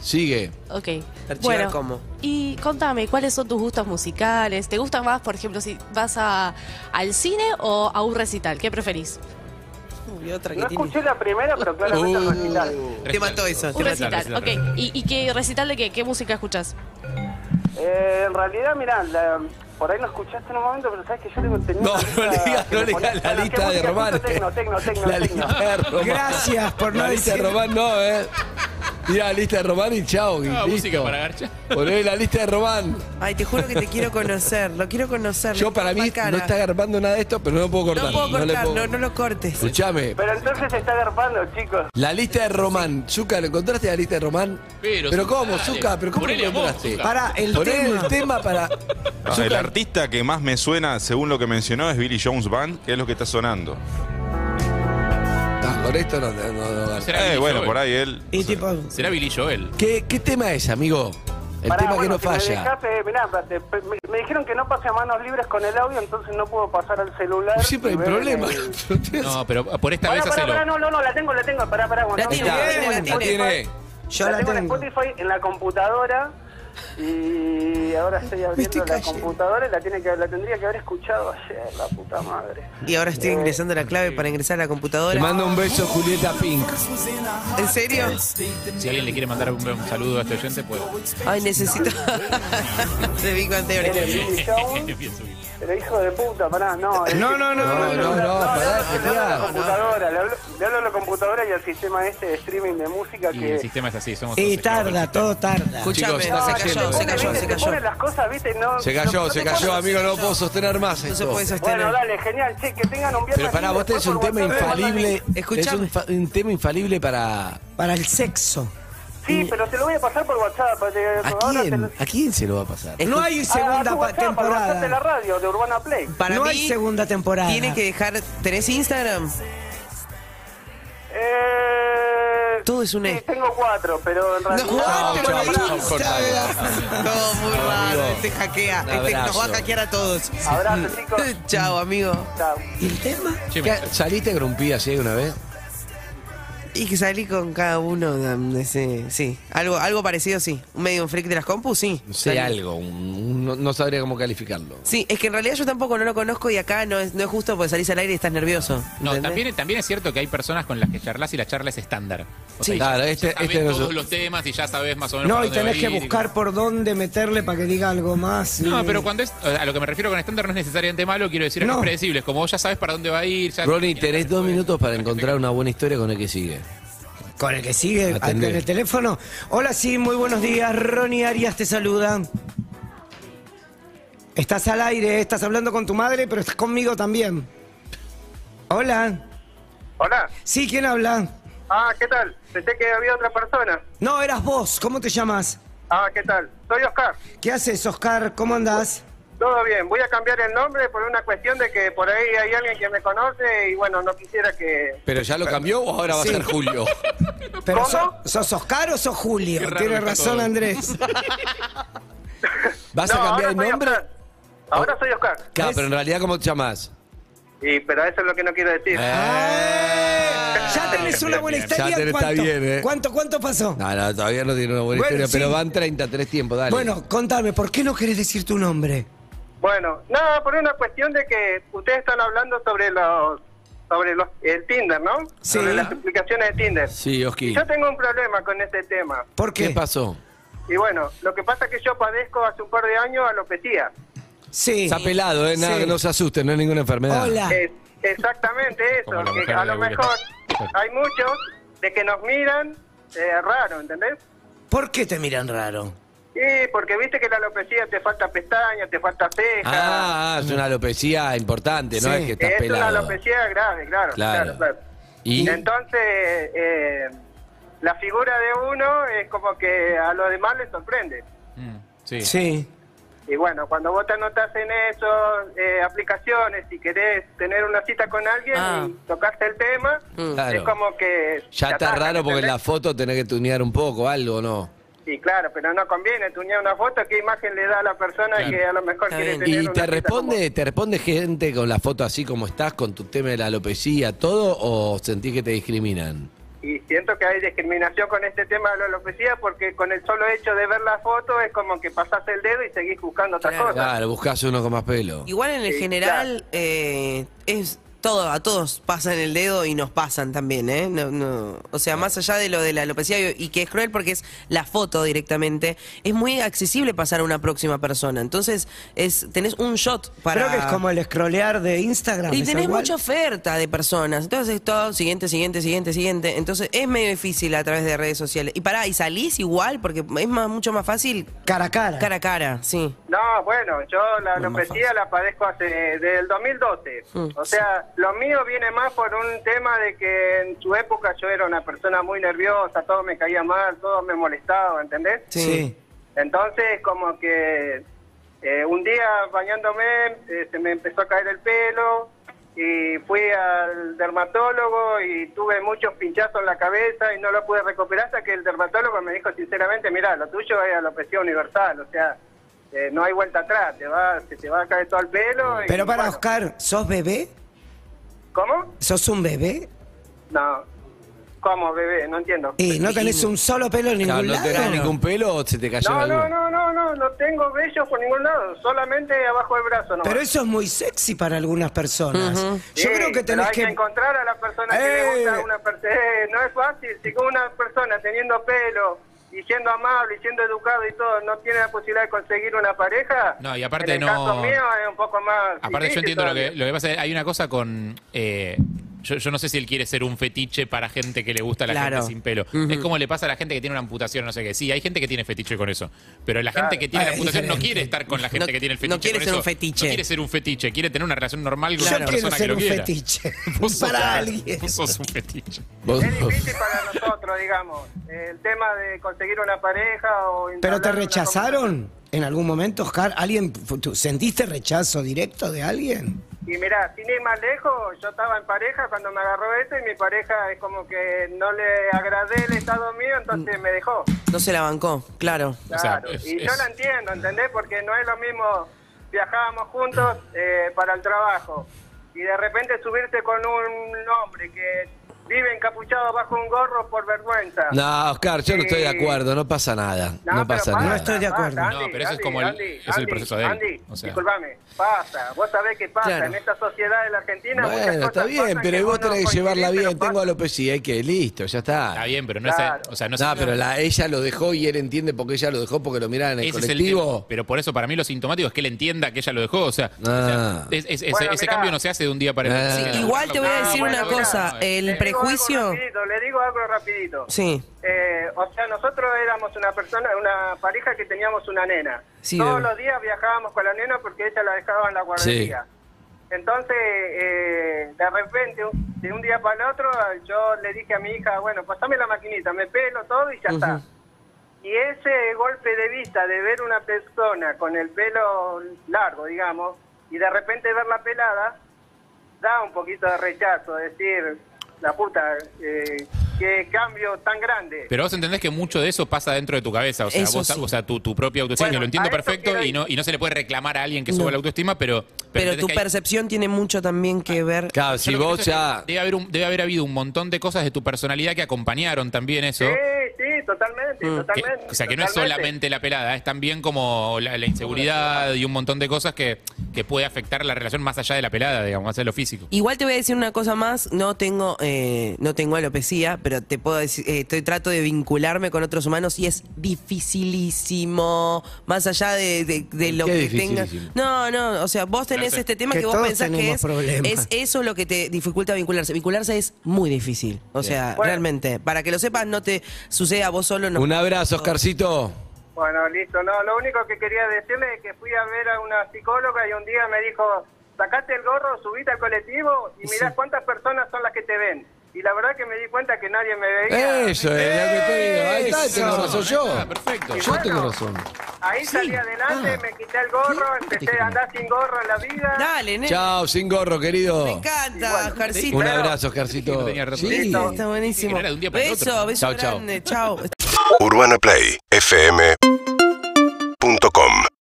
[SPEAKER 4] Sigue.
[SPEAKER 12] Ok.
[SPEAKER 7] Archivar
[SPEAKER 12] Bueno,
[SPEAKER 7] cómo.
[SPEAKER 12] y contame, ¿cuáles son tus gustos musicales? ¿Te gustan más, por ejemplo, si vas a, al cine o a un recital? ¿Qué preferís?
[SPEAKER 7] Y otra que
[SPEAKER 9] No
[SPEAKER 7] tiene.
[SPEAKER 9] escuché la primera, pero claramente
[SPEAKER 7] Uh.
[SPEAKER 9] el recital.
[SPEAKER 7] Te mató eso.
[SPEAKER 12] Un recital, ok. ¿Y, y qué recital de qué? ¿Qué música escuchas?
[SPEAKER 9] Eh, en realidad, mirá, la- por ahí lo escuchaste en un momento, pero sabes que yo tengo tenía
[SPEAKER 4] No,
[SPEAKER 9] una
[SPEAKER 4] no
[SPEAKER 9] lista-
[SPEAKER 4] leas, no leas la lista de Román. eh.
[SPEAKER 9] Tecno, tecno, tecno,
[SPEAKER 4] La
[SPEAKER 9] tecno.
[SPEAKER 4] lista de Román.
[SPEAKER 5] Gracias por no
[SPEAKER 4] La lista de
[SPEAKER 5] decir-
[SPEAKER 4] Román no, ¿eh? Mirá, la lista de Román y chao. y listo.
[SPEAKER 6] música para Garcha.
[SPEAKER 4] Poné la lista de Román.
[SPEAKER 7] Ay, te juro que te quiero conocer, lo quiero conocer.
[SPEAKER 4] Yo para mí no está agarpando nada de esto, pero no lo puedo cortar.
[SPEAKER 7] No puedo
[SPEAKER 4] le
[SPEAKER 7] cortar, no, no lo cortes.
[SPEAKER 4] Escuchame.
[SPEAKER 9] Pero entonces se está agarpando, chicos.
[SPEAKER 4] La lista de Román. Zuka, ¿lo encontraste la lista de Román?
[SPEAKER 9] Pero, Zucca,
[SPEAKER 4] ¿cómo,
[SPEAKER 9] dale.
[SPEAKER 4] Zuka? ¿Pero cómo lo
[SPEAKER 9] Ponele vos,
[SPEAKER 4] encontraste?
[SPEAKER 9] Zucca.
[SPEAKER 5] Pará, el
[SPEAKER 4] Poné
[SPEAKER 5] tema.
[SPEAKER 4] el tema para...
[SPEAKER 8] Ah, el artista que más me suena, según lo que mencionó, es Billy Jones Band, que es lo que está sonando.
[SPEAKER 4] No, con esto no... no, no, no.
[SPEAKER 6] Será
[SPEAKER 8] Eh,
[SPEAKER 6] Billy
[SPEAKER 8] bueno,
[SPEAKER 6] Joel.
[SPEAKER 8] por ahí él.
[SPEAKER 5] Y tipo,
[SPEAKER 6] Será Billy Joel.
[SPEAKER 4] ¿Qué, qué tema es, amigo? El
[SPEAKER 9] Pará,
[SPEAKER 4] tema que
[SPEAKER 9] bueno,
[SPEAKER 4] no
[SPEAKER 9] si me
[SPEAKER 4] falla.
[SPEAKER 9] dejaste, mirá, te- me, me dijeron que no pase a manos libres con el audio, entonces no puedo pasar al celular.
[SPEAKER 5] Pues
[SPEAKER 4] Siempre hay
[SPEAKER 9] y ver
[SPEAKER 4] problemas.
[SPEAKER 9] el-
[SPEAKER 6] No, pero por esta
[SPEAKER 9] Pará,
[SPEAKER 6] vez
[SPEAKER 9] pará,
[SPEAKER 6] hacelo.
[SPEAKER 9] pará, no, no, no, la tengo, la tengo, pará, pará. bueno,
[SPEAKER 7] La tiene,
[SPEAKER 9] no,
[SPEAKER 7] la tiene, la
[SPEAKER 9] tengo en
[SPEAKER 7] tiene.
[SPEAKER 9] Spotify,
[SPEAKER 5] Yo la
[SPEAKER 9] en
[SPEAKER 5] tengo.
[SPEAKER 9] Spotify, en la computadora, y ahora estoy abriendo la computadora y la, tiene que, la tendría que haber escuchado ayer, la puta madre.
[SPEAKER 7] Y ahora estoy ingresando la clave para ingresar a la computadora.
[SPEAKER 4] Te mando un beso, Julieta Pink.
[SPEAKER 7] ¿En serio?
[SPEAKER 6] Si alguien le quiere mandar un, un saludo a este oyente, puede.
[SPEAKER 7] Ay, necesito. de Big Bang Theory.
[SPEAKER 9] Eres Billy Jones, Pero hijo de puta, pará, no. es-
[SPEAKER 5] No, no, no, no,
[SPEAKER 9] le hablo-
[SPEAKER 5] no, no,
[SPEAKER 9] le
[SPEAKER 5] pará,
[SPEAKER 9] hablo- le hablo a la computadora, le hablo, le hablo a la computadora y al sistema este de streaming de música
[SPEAKER 6] Y
[SPEAKER 9] que...
[SPEAKER 6] el sistema es así, somos
[SPEAKER 5] Y
[SPEAKER 6] todos esclavos.
[SPEAKER 5] tarda, todo tarda.
[SPEAKER 4] Chicos,
[SPEAKER 7] Escuchame,
[SPEAKER 4] está
[SPEAKER 7] se
[SPEAKER 4] cayendo.
[SPEAKER 7] cayó, se cayó, se
[SPEAKER 9] Te
[SPEAKER 7] cayó.
[SPEAKER 9] ponen las cosas, viste, no...
[SPEAKER 4] Se cayó,
[SPEAKER 9] no
[SPEAKER 4] se
[SPEAKER 9] te
[SPEAKER 4] cayó,
[SPEAKER 9] pones-
[SPEAKER 4] amigo, no puedo sostener más
[SPEAKER 7] No se
[SPEAKER 4] esto.
[SPEAKER 7] puede sostener.
[SPEAKER 9] Bueno, dale, genial, che, que tengan un viernes...
[SPEAKER 4] Pero pará,
[SPEAKER 9] lindo.
[SPEAKER 4] vos tenés un
[SPEAKER 9] Por
[SPEAKER 4] tema
[SPEAKER 9] WhatsApp,
[SPEAKER 4] infalible. Es
[SPEAKER 7] Escuchame.
[SPEAKER 4] un, fa- un tema infalible para.
[SPEAKER 5] Para el sexo.
[SPEAKER 9] Sí, pero te lo voy a pasar por WhatsApp. te-
[SPEAKER 4] ¿A
[SPEAKER 9] ahora te
[SPEAKER 4] quién?
[SPEAKER 9] lo-
[SPEAKER 4] ¿A quién se lo va a pasar?
[SPEAKER 5] No hay
[SPEAKER 9] Ah, a tu
[SPEAKER 5] segunda pa-
[SPEAKER 9] WhatsApp, al WhatsApp de la
[SPEAKER 5] temporada.
[SPEAKER 9] radio, de Urbana Play.
[SPEAKER 7] Para
[SPEAKER 5] No hay
[SPEAKER 7] mí,
[SPEAKER 5] segunda temporada.
[SPEAKER 7] tienen que dejar. ¿Tenés Instagram?
[SPEAKER 9] Eh...
[SPEAKER 7] Todo es un
[SPEAKER 9] Sí,
[SPEAKER 7] E.
[SPEAKER 9] tengo cuatro, pero en realidad...
[SPEAKER 4] Chao, chao,
[SPEAKER 9] Bueno,
[SPEAKER 4] chao,
[SPEAKER 9] pará,
[SPEAKER 4] Jorge.
[SPEAKER 7] No, muy raro. Este hackea.
[SPEAKER 4] Un
[SPEAKER 7] Este nos va a
[SPEAKER 4] abrazo.
[SPEAKER 7] hackear a todos.
[SPEAKER 9] Abrazo, chicos.
[SPEAKER 7] Chao, amigo.
[SPEAKER 9] Chao.
[SPEAKER 5] ¿Y el tema?
[SPEAKER 6] Che, me-
[SPEAKER 4] ¿Qué- ¿Saliste grumpí así una vez?
[SPEAKER 7] Y que salí con cada uno. um, ese- sí, algo, algo parecido, sí. Un medio freak de las compus, sí.
[SPEAKER 4] No sé,
[SPEAKER 7] Salí.
[SPEAKER 4] algo. un- un- no, no sabría cómo calificarlo.
[SPEAKER 7] Sí, es que en realidad yo tampoco no lo conozco y acá no es, no es justo porque salís al aire y estás nervioso.
[SPEAKER 6] No,
[SPEAKER 7] ¿entendés?
[SPEAKER 6] también, también es cierto que hay personas con las que charlas y la charla es estándar. O
[SPEAKER 4] Sí.
[SPEAKER 6] ya-
[SPEAKER 4] Claro,
[SPEAKER 6] ya
[SPEAKER 4] este-
[SPEAKER 6] sabés
[SPEAKER 4] este no es-
[SPEAKER 6] todos los temas y ya sabes más o menos
[SPEAKER 5] No,
[SPEAKER 6] por
[SPEAKER 5] y
[SPEAKER 6] dónde
[SPEAKER 5] tenés
[SPEAKER 6] va
[SPEAKER 5] que
[SPEAKER 6] a ir y-
[SPEAKER 5] buscar por dónde meterle para que diga algo más.
[SPEAKER 6] No,
[SPEAKER 5] Y-
[SPEAKER 6] pero cuando es. A lo que me refiero con estándar no es necesariamente malo, quiero decir, es
[SPEAKER 5] No.
[SPEAKER 6] más predecible. es Como vos ya sabes para dónde va a ir. Ya
[SPEAKER 4] Ronnie, tenés dos minutos para encontrar una buena historia con el que sigue.
[SPEAKER 5] Con el que sigue, al- con
[SPEAKER 4] Atendé.
[SPEAKER 5] el teléfono. Hola, sí, muy buenos días. Ronnie Arias te saluda. Estás al aire, eh, estás hablando con tu madre, pero estás conmigo también. Hola.
[SPEAKER 9] Hola.
[SPEAKER 5] Sí, ¿quién habla?
[SPEAKER 9] Ah, ¿qué tal? Pensé que había otra persona.
[SPEAKER 5] No, eras vos. ¿Cómo te llamas?
[SPEAKER 9] Ah, ¿qué tal? Soy Oscar.
[SPEAKER 5] ¿Qué haces, Oscar? ¿Cómo andás?
[SPEAKER 9] Todo bien. Voy a cambiar el nombre por una cuestión de que por ahí hay alguien que me conoce y bueno, no quisiera que...
[SPEAKER 4] ¿Pero ya lo cambió o ahora va
[SPEAKER 5] Sí.
[SPEAKER 4] a ser Julio?
[SPEAKER 5] Pero
[SPEAKER 9] ¿Cómo?
[SPEAKER 5] so- ¿Sos Oscar o sos Julio?
[SPEAKER 6] Qué raro
[SPEAKER 5] Tiene
[SPEAKER 6] está
[SPEAKER 5] razón,
[SPEAKER 6] todo.
[SPEAKER 5] Andrés.
[SPEAKER 4] ¿Vas
[SPEAKER 9] No,
[SPEAKER 4] a cambiar
[SPEAKER 9] ahora
[SPEAKER 4] el
[SPEAKER 9] soy
[SPEAKER 4] nombre? Oh.
[SPEAKER 9] Oscar. Ahora soy Oscar.
[SPEAKER 4] Claro, pero en realidad, ¿cómo te llamás? Eh.
[SPEAKER 9] Y, pero eso es lo que no quiero decir.
[SPEAKER 5] ya tenés una buena
[SPEAKER 4] bien. Ya
[SPEAKER 5] historia.
[SPEAKER 4] tenés- está
[SPEAKER 5] ¿Cuánto?
[SPEAKER 4] bien, eh.
[SPEAKER 5] ¿Cuánto, cuánto pasó?
[SPEAKER 4] No, no, todavía no tiene una buena
[SPEAKER 5] Bueno,
[SPEAKER 4] historia,
[SPEAKER 5] sí.
[SPEAKER 4] pero van 30, tres tiempos, dale.
[SPEAKER 5] Bueno, contame, ¿por qué no querés decir tu nombre?
[SPEAKER 9] Bueno, nada, por una cuestión de que ustedes están hablando sobre los... Sobre los, el Tinder, ¿no?
[SPEAKER 5] Sí.
[SPEAKER 9] Sobre las aplicaciones de Tinder.
[SPEAKER 4] Sí, Oski.
[SPEAKER 9] Yo tengo un problema con este tema.
[SPEAKER 5] ¿Por qué?
[SPEAKER 4] ¿Qué pasó?
[SPEAKER 9] Y bueno, lo que pasa es que yo padezco hace un par de años alopecia.
[SPEAKER 5] Sí.
[SPEAKER 4] Está pelado, ¿eh? Nada,
[SPEAKER 5] Sí.
[SPEAKER 4] que no se asusten, no es ninguna enfermedad.
[SPEAKER 5] Hola.
[SPEAKER 9] Es- exactamente
[SPEAKER 6] Como
[SPEAKER 9] eso,
[SPEAKER 6] la
[SPEAKER 9] que
[SPEAKER 6] mujer
[SPEAKER 9] a
[SPEAKER 6] de
[SPEAKER 9] lo
[SPEAKER 6] Google.
[SPEAKER 9] mejor hay muchos de que nos miran eh, raro, ¿entendés?
[SPEAKER 5] ¿Por qué te miran raro?
[SPEAKER 9] Sí, porque viste que la alopecia te falta pestaña, te falta ceja.
[SPEAKER 4] Ah, ah, es una alopecia importante, no
[SPEAKER 5] Sí.
[SPEAKER 4] es que estás
[SPEAKER 9] es
[SPEAKER 4] pelado.
[SPEAKER 9] una alopecia grave, claro.
[SPEAKER 4] Claro.
[SPEAKER 9] Claro, claro.
[SPEAKER 4] ¿Y?
[SPEAKER 9] Entonces, eh, la figura de uno es como que a los demás les sorprende.
[SPEAKER 6] Mm, sí.
[SPEAKER 5] Sí.
[SPEAKER 9] Y bueno, cuando vos te anotás en eso, eh, aplicaciones, si querés tener una cita con alguien
[SPEAKER 7] Ah.
[SPEAKER 9] y tocaste el tema,
[SPEAKER 4] Claro.
[SPEAKER 9] es como que...
[SPEAKER 4] Ya
[SPEAKER 9] te
[SPEAKER 4] está
[SPEAKER 9] atacan,
[SPEAKER 4] raro porque en
[SPEAKER 9] ¿entendés?
[SPEAKER 4] la foto tenés que tunear un poco, algo, ¿no?
[SPEAKER 9] Sí, claro, pero no conviene tunear una foto, ¿qué imagen le da a la persona
[SPEAKER 6] Claro.
[SPEAKER 9] que a lo mejor
[SPEAKER 7] Está
[SPEAKER 9] quiere
[SPEAKER 7] bien.
[SPEAKER 9] tener
[SPEAKER 4] ¿Y
[SPEAKER 9] una
[SPEAKER 4] te
[SPEAKER 9] cita
[SPEAKER 4] responde, te responde gente con la foto así como estás, con tu tema de la alopecia, todo, o sentís que te discriminan?
[SPEAKER 9] como- Y siento que hay discriminación con este tema de la alopecia porque con el solo hecho de ver la foto es como que pasaste el dedo y seguís buscando otras
[SPEAKER 7] Claro.
[SPEAKER 9] cosas.
[SPEAKER 4] Claro, buscás uno con más pelo.
[SPEAKER 7] Igual en el
[SPEAKER 9] Sí,
[SPEAKER 7] general eh, es todo, a todos pasan el dedo y nos pasan también, ¿eh? No, no. O sea, más allá de lo de la alopecia y- y que es cruel porque es la foto directamente, es muy accesible pasar a una próxima persona. Entonces, es tenés un shot para...
[SPEAKER 5] Creo que es como el scrollear de Instagram.
[SPEAKER 7] Y
[SPEAKER 5] es
[SPEAKER 7] tenés
[SPEAKER 5] igual.
[SPEAKER 7] mucha oferta de personas. Entonces, todo, siguiente, siguiente, siguiente, siguiente. Entonces, es medio difícil a través de redes sociales. Y pará, y salís igual, porque es más, mucho más fácil.
[SPEAKER 5] Cara a cara.
[SPEAKER 7] Cara a cara, sí.
[SPEAKER 9] No, bueno, yo la alopecia la padezco hace desde el 2012.
[SPEAKER 7] Mm,
[SPEAKER 9] O sea, lo mío viene más por un tema de que en su época yo era una persona muy nerviosa, todo me caía mal, todo me molestaba, ¿entendés?
[SPEAKER 5] Sí.
[SPEAKER 9] Entonces, como que eh, un día bañándome eh, se me empezó a caer el pelo y fui al dermatólogo y tuve muchos pinchazos en la cabeza y no lo pude recuperar hasta que el dermatólogo me dijo sinceramente, mira, lo tuyo es alopecia universal, o sea, eh, no hay vuelta atrás, te va, se te va a caer todo el pelo. y-
[SPEAKER 5] Pero para Oscar, ¿sos bebé?
[SPEAKER 9] ¿Cómo?
[SPEAKER 5] ¿Sos un bebé?
[SPEAKER 9] No. ¿Cómo, bebé? No entiendo.
[SPEAKER 5] ¿Y no tenés un solo pelo en ningún
[SPEAKER 4] Claro, ¿No
[SPEAKER 5] lado?
[SPEAKER 4] tenés ningún pelo o se te cayó
[SPEAKER 9] No,
[SPEAKER 4] alguno?
[SPEAKER 9] no, no, no, no, no tengo vellos por ningún lado, solamente abajo del brazo. No.
[SPEAKER 5] Pero eso es muy sexy para algunas personas. Yo creo que
[SPEAKER 9] pero
[SPEAKER 5] tenés
[SPEAKER 9] hay que...
[SPEAKER 5] que... Eh.
[SPEAKER 9] encontrar a la persona que le gusta a una persona. no es fácil. Si con una persona teniendo pelo y siendo amable y siendo educado y todo no tiene la posibilidad de conseguir una pareja.
[SPEAKER 6] No, y aparte
[SPEAKER 9] en el
[SPEAKER 6] no-
[SPEAKER 9] caso mío es un poco más.
[SPEAKER 6] Aparte, yo
[SPEAKER 9] difícil
[SPEAKER 6] entiendo lo que,
[SPEAKER 9] todavía.
[SPEAKER 6] lo que pasa. es- Hay una cosa con. eh, yo, yo no sé si él quiere ser un fetiche para gente que le gusta a la
[SPEAKER 7] Claro.
[SPEAKER 6] gente sin pelo. Es como le pasa a la gente que tiene una amputación, no sé qué. Sí, hay gente que tiene fetiche con eso. Pero la gente que tiene
[SPEAKER 7] Ah,
[SPEAKER 6] la
[SPEAKER 7] es
[SPEAKER 6] amputación no
[SPEAKER 7] diferente.
[SPEAKER 6] quiere estar con la gente
[SPEAKER 7] No-
[SPEAKER 6] que tiene el
[SPEAKER 7] no
[SPEAKER 6] fetiche.
[SPEAKER 7] quiere
[SPEAKER 6] con
[SPEAKER 7] ser
[SPEAKER 6] eso.
[SPEAKER 7] un fetiche.
[SPEAKER 6] No quiere ser un fetiche, quiere tener una relación normal con
[SPEAKER 5] Yo
[SPEAKER 6] una
[SPEAKER 5] quiero
[SPEAKER 6] persona que
[SPEAKER 5] ser
[SPEAKER 6] lo
[SPEAKER 5] un
[SPEAKER 6] quiera.
[SPEAKER 5] fetiche.
[SPEAKER 6] Vos sos-
[SPEAKER 5] para alguien.
[SPEAKER 6] vos sos un fetiche.
[SPEAKER 9] Es difícil para nosotros, digamos. El tema de conseguir una pareja o.
[SPEAKER 5] ¿Pero te
[SPEAKER 9] entablar una
[SPEAKER 5] rechazaron en algún momento, Oscar? ¿Alguien, tú, ¿Sentiste rechazo directo de alguien?
[SPEAKER 9] Y mirá, sin ir más lejos, yo estaba en pareja cuando me agarró esto y mi pareja es como que no le agradé el estado mío,
[SPEAKER 5] Mm.
[SPEAKER 9] entonces me dejó.
[SPEAKER 7] No se la bancó, claro.
[SPEAKER 9] Claro. y yo la entiendo, ¿entendés? Porque no es lo mismo viajábamos juntos eh, para el trabajo y de repente subirte con un hombre que vive encapuchado bajo un gorro por vergüenza.
[SPEAKER 4] No, Oscar, yo no estoy de
[SPEAKER 9] Sí.
[SPEAKER 4] acuerdo, no pasa nada.
[SPEAKER 9] No,
[SPEAKER 4] No, pasa
[SPEAKER 9] pero
[SPEAKER 4] nada.
[SPEAKER 9] pasa, pasa, Andy,
[SPEAKER 6] No, pero eso es
[SPEAKER 9] Andy,
[SPEAKER 6] como el-
[SPEAKER 9] Andy,
[SPEAKER 6] es el
[SPEAKER 9] Andy,
[SPEAKER 6] proceso de él,
[SPEAKER 9] Andy,
[SPEAKER 6] o sea.
[SPEAKER 9] disculpame, pasa. Vos sabés que pasa
[SPEAKER 4] Claro.
[SPEAKER 9] en esta sociedad de la Argentina. muchas
[SPEAKER 4] Bueno,
[SPEAKER 9] cosas
[SPEAKER 4] está bien,
[SPEAKER 9] pasan que
[SPEAKER 4] pero vos
[SPEAKER 9] no
[SPEAKER 4] tenés que llevarla
[SPEAKER 9] coincidís,
[SPEAKER 4] bien. Tengo alopecia, hay que, listo, ya está. Está
[SPEAKER 6] bien, pero no es- Claro. o sea, no es-
[SPEAKER 4] pero la, ella lo dejó y él entiende porque ella lo dejó porque lo miraba en el
[SPEAKER 6] Ese es el
[SPEAKER 4] colectivo.
[SPEAKER 6] tema. pero por eso, para mí, lo sintomático es que él entienda que ella lo dejó. O sea,
[SPEAKER 4] Ah.
[SPEAKER 6] o sea, es- es- ese-
[SPEAKER 9] Bueno,
[SPEAKER 6] ese
[SPEAKER 9] mirá.
[SPEAKER 6] cambio no se hace de un día para el otro.
[SPEAKER 7] Sí, igual te voy
[SPEAKER 6] Ah,
[SPEAKER 7] a decir una cosa, el prejuicio...
[SPEAKER 9] Le digo algo rapidito, le digo algo rapidito.
[SPEAKER 7] Sí.
[SPEAKER 9] Eh, o sea, nosotros éramos una persona, una pareja que teníamos una nena.
[SPEAKER 7] Sí,
[SPEAKER 9] Todos
[SPEAKER 7] bebé.
[SPEAKER 9] los días viajábamos con la nena porque ella la dejaba en la guardería. Entonces, eh, de repente, un- de un día para el otro, yo le dije a mi hija, bueno, pasame la maquinita, me pelo todo y ya está. Y ese golpe de vista de ver una persona con el pelo largo, digamos, y de repente verla pelada, da un poquito de rechazo, decir, la puta, eh, qué cambio tan grande.
[SPEAKER 6] Pero vos entendés que mucho de eso pasa dentro de tu cabeza, o sea,
[SPEAKER 7] Eso
[SPEAKER 6] vos-
[SPEAKER 7] sí.
[SPEAKER 6] o sea tu, tu propia autoestima,
[SPEAKER 7] Bueno,
[SPEAKER 6] lo
[SPEAKER 7] a
[SPEAKER 6] entiendo
[SPEAKER 7] eso
[SPEAKER 6] perfecto
[SPEAKER 7] quiero
[SPEAKER 6] y
[SPEAKER 7] ir.
[SPEAKER 6] no, y no se le puede reclamar a alguien que
[SPEAKER 7] No.
[SPEAKER 6] suba la autoestima, pero...
[SPEAKER 7] Pero
[SPEAKER 6] entendés
[SPEAKER 7] tu
[SPEAKER 6] que hay- Ah.
[SPEAKER 7] percepción tiene mucho también que ver...
[SPEAKER 4] Claro,
[SPEAKER 6] yo
[SPEAKER 4] si
[SPEAKER 6] lo que
[SPEAKER 4] vos
[SPEAKER 6] pienso es que
[SPEAKER 4] ya.
[SPEAKER 6] Debe haber, un- debe haber habido un montón de cosas de tu personalidad que acompañaron también eso.
[SPEAKER 9] Sí, sí, totalmente,
[SPEAKER 6] Mm. Que-
[SPEAKER 9] totalmente.
[SPEAKER 6] o sea, que no es
[SPEAKER 9] totalmente.
[SPEAKER 6] solamente la pelada, es también como la, la inseguridad y un montón de cosas que, que puede afectar la relación más allá de la pelada, digamos, más allá de lo físico.
[SPEAKER 7] Igual te voy a decir una cosa más, no tengo, eh, no tengo alopecia, pero te puedo decir, eh, estoy, trato de vincularme con otros humanos y es dificilísimo, más allá de, de- de lo
[SPEAKER 4] ¿Qué
[SPEAKER 7] que tengas.
[SPEAKER 4] dificilísimo?
[SPEAKER 7] No, no, o sea, vos tenés este tema que,
[SPEAKER 5] Que
[SPEAKER 7] vos
[SPEAKER 5] todos
[SPEAKER 7] pensás que
[SPEAKER 5] tenemos
[SPEAKER 7] es,
[SPEAKER 5] problemas.
[SPEAKER 7] es eso lo que te dificulta vincularse. Vincularse es muy difícil, o
[SPEAKER 4] Bien.
[SPEAKER 7] sea,
[SPEAKER 9] Bueno.
[SPEAKER 7] realmente, para que lo sepas, no te suceda a vos solo. No.
[SPEAKER 4] Un abrazo, Oscarcito.
[SPEAKER 9] Bueno, listo. No, lo único que quería decirle es que fui a ver a una psicóloga y un día me dijo, sacate el gorro, subite al colectivo y mirá cuántas personas son las que te ven. Y la verdad que me di cuenta que nadie me veía.
[SPEAKER 4] Eso es lo que te digo. Ahí está,
[SPEAKER 5] Eso.
[SPEAKER 4] tengo razón yo.
[SPEAKER 6] Ah, perfecto.
[SPEAKER 9] Y
[SPEAKER 4] Yo tengo
[SPEAKER 9] bueno,
[SPEAKER 4] razón.
[SPEAKER 9] Ahí salí adelante,
[SPEAKER 6] Ah.
[SPEAKER 9] me quité el gorro, empecé a andar sin gorro en la vida.
[SPEAKER 7] Dale, nene.
[SPEAKER 4] Chao, sin gorro,
[SPEAKER 7] Me
[SPEAKER 4] querido.
[SPEAKER 7] encanta, Oscarcito.
[SPEAKER 4] Un abrazo, Oscarcito.
[SPEAKER 6] No tenía razón.
[SPEAKER 4] Sí.
[SPEAKER 7] Listo, Está buenísimo.
[SPEAKER 6] Era de un día para el
[SPEAKER 7] beso,
[SPEAKER 6] otro.
[SPEAKER 7] beso
[SPEAKER 4] Chao, chao.
[SPEAKER 7] grande. Chao.
[SPEAKER 1] UrbanaPlayFM.com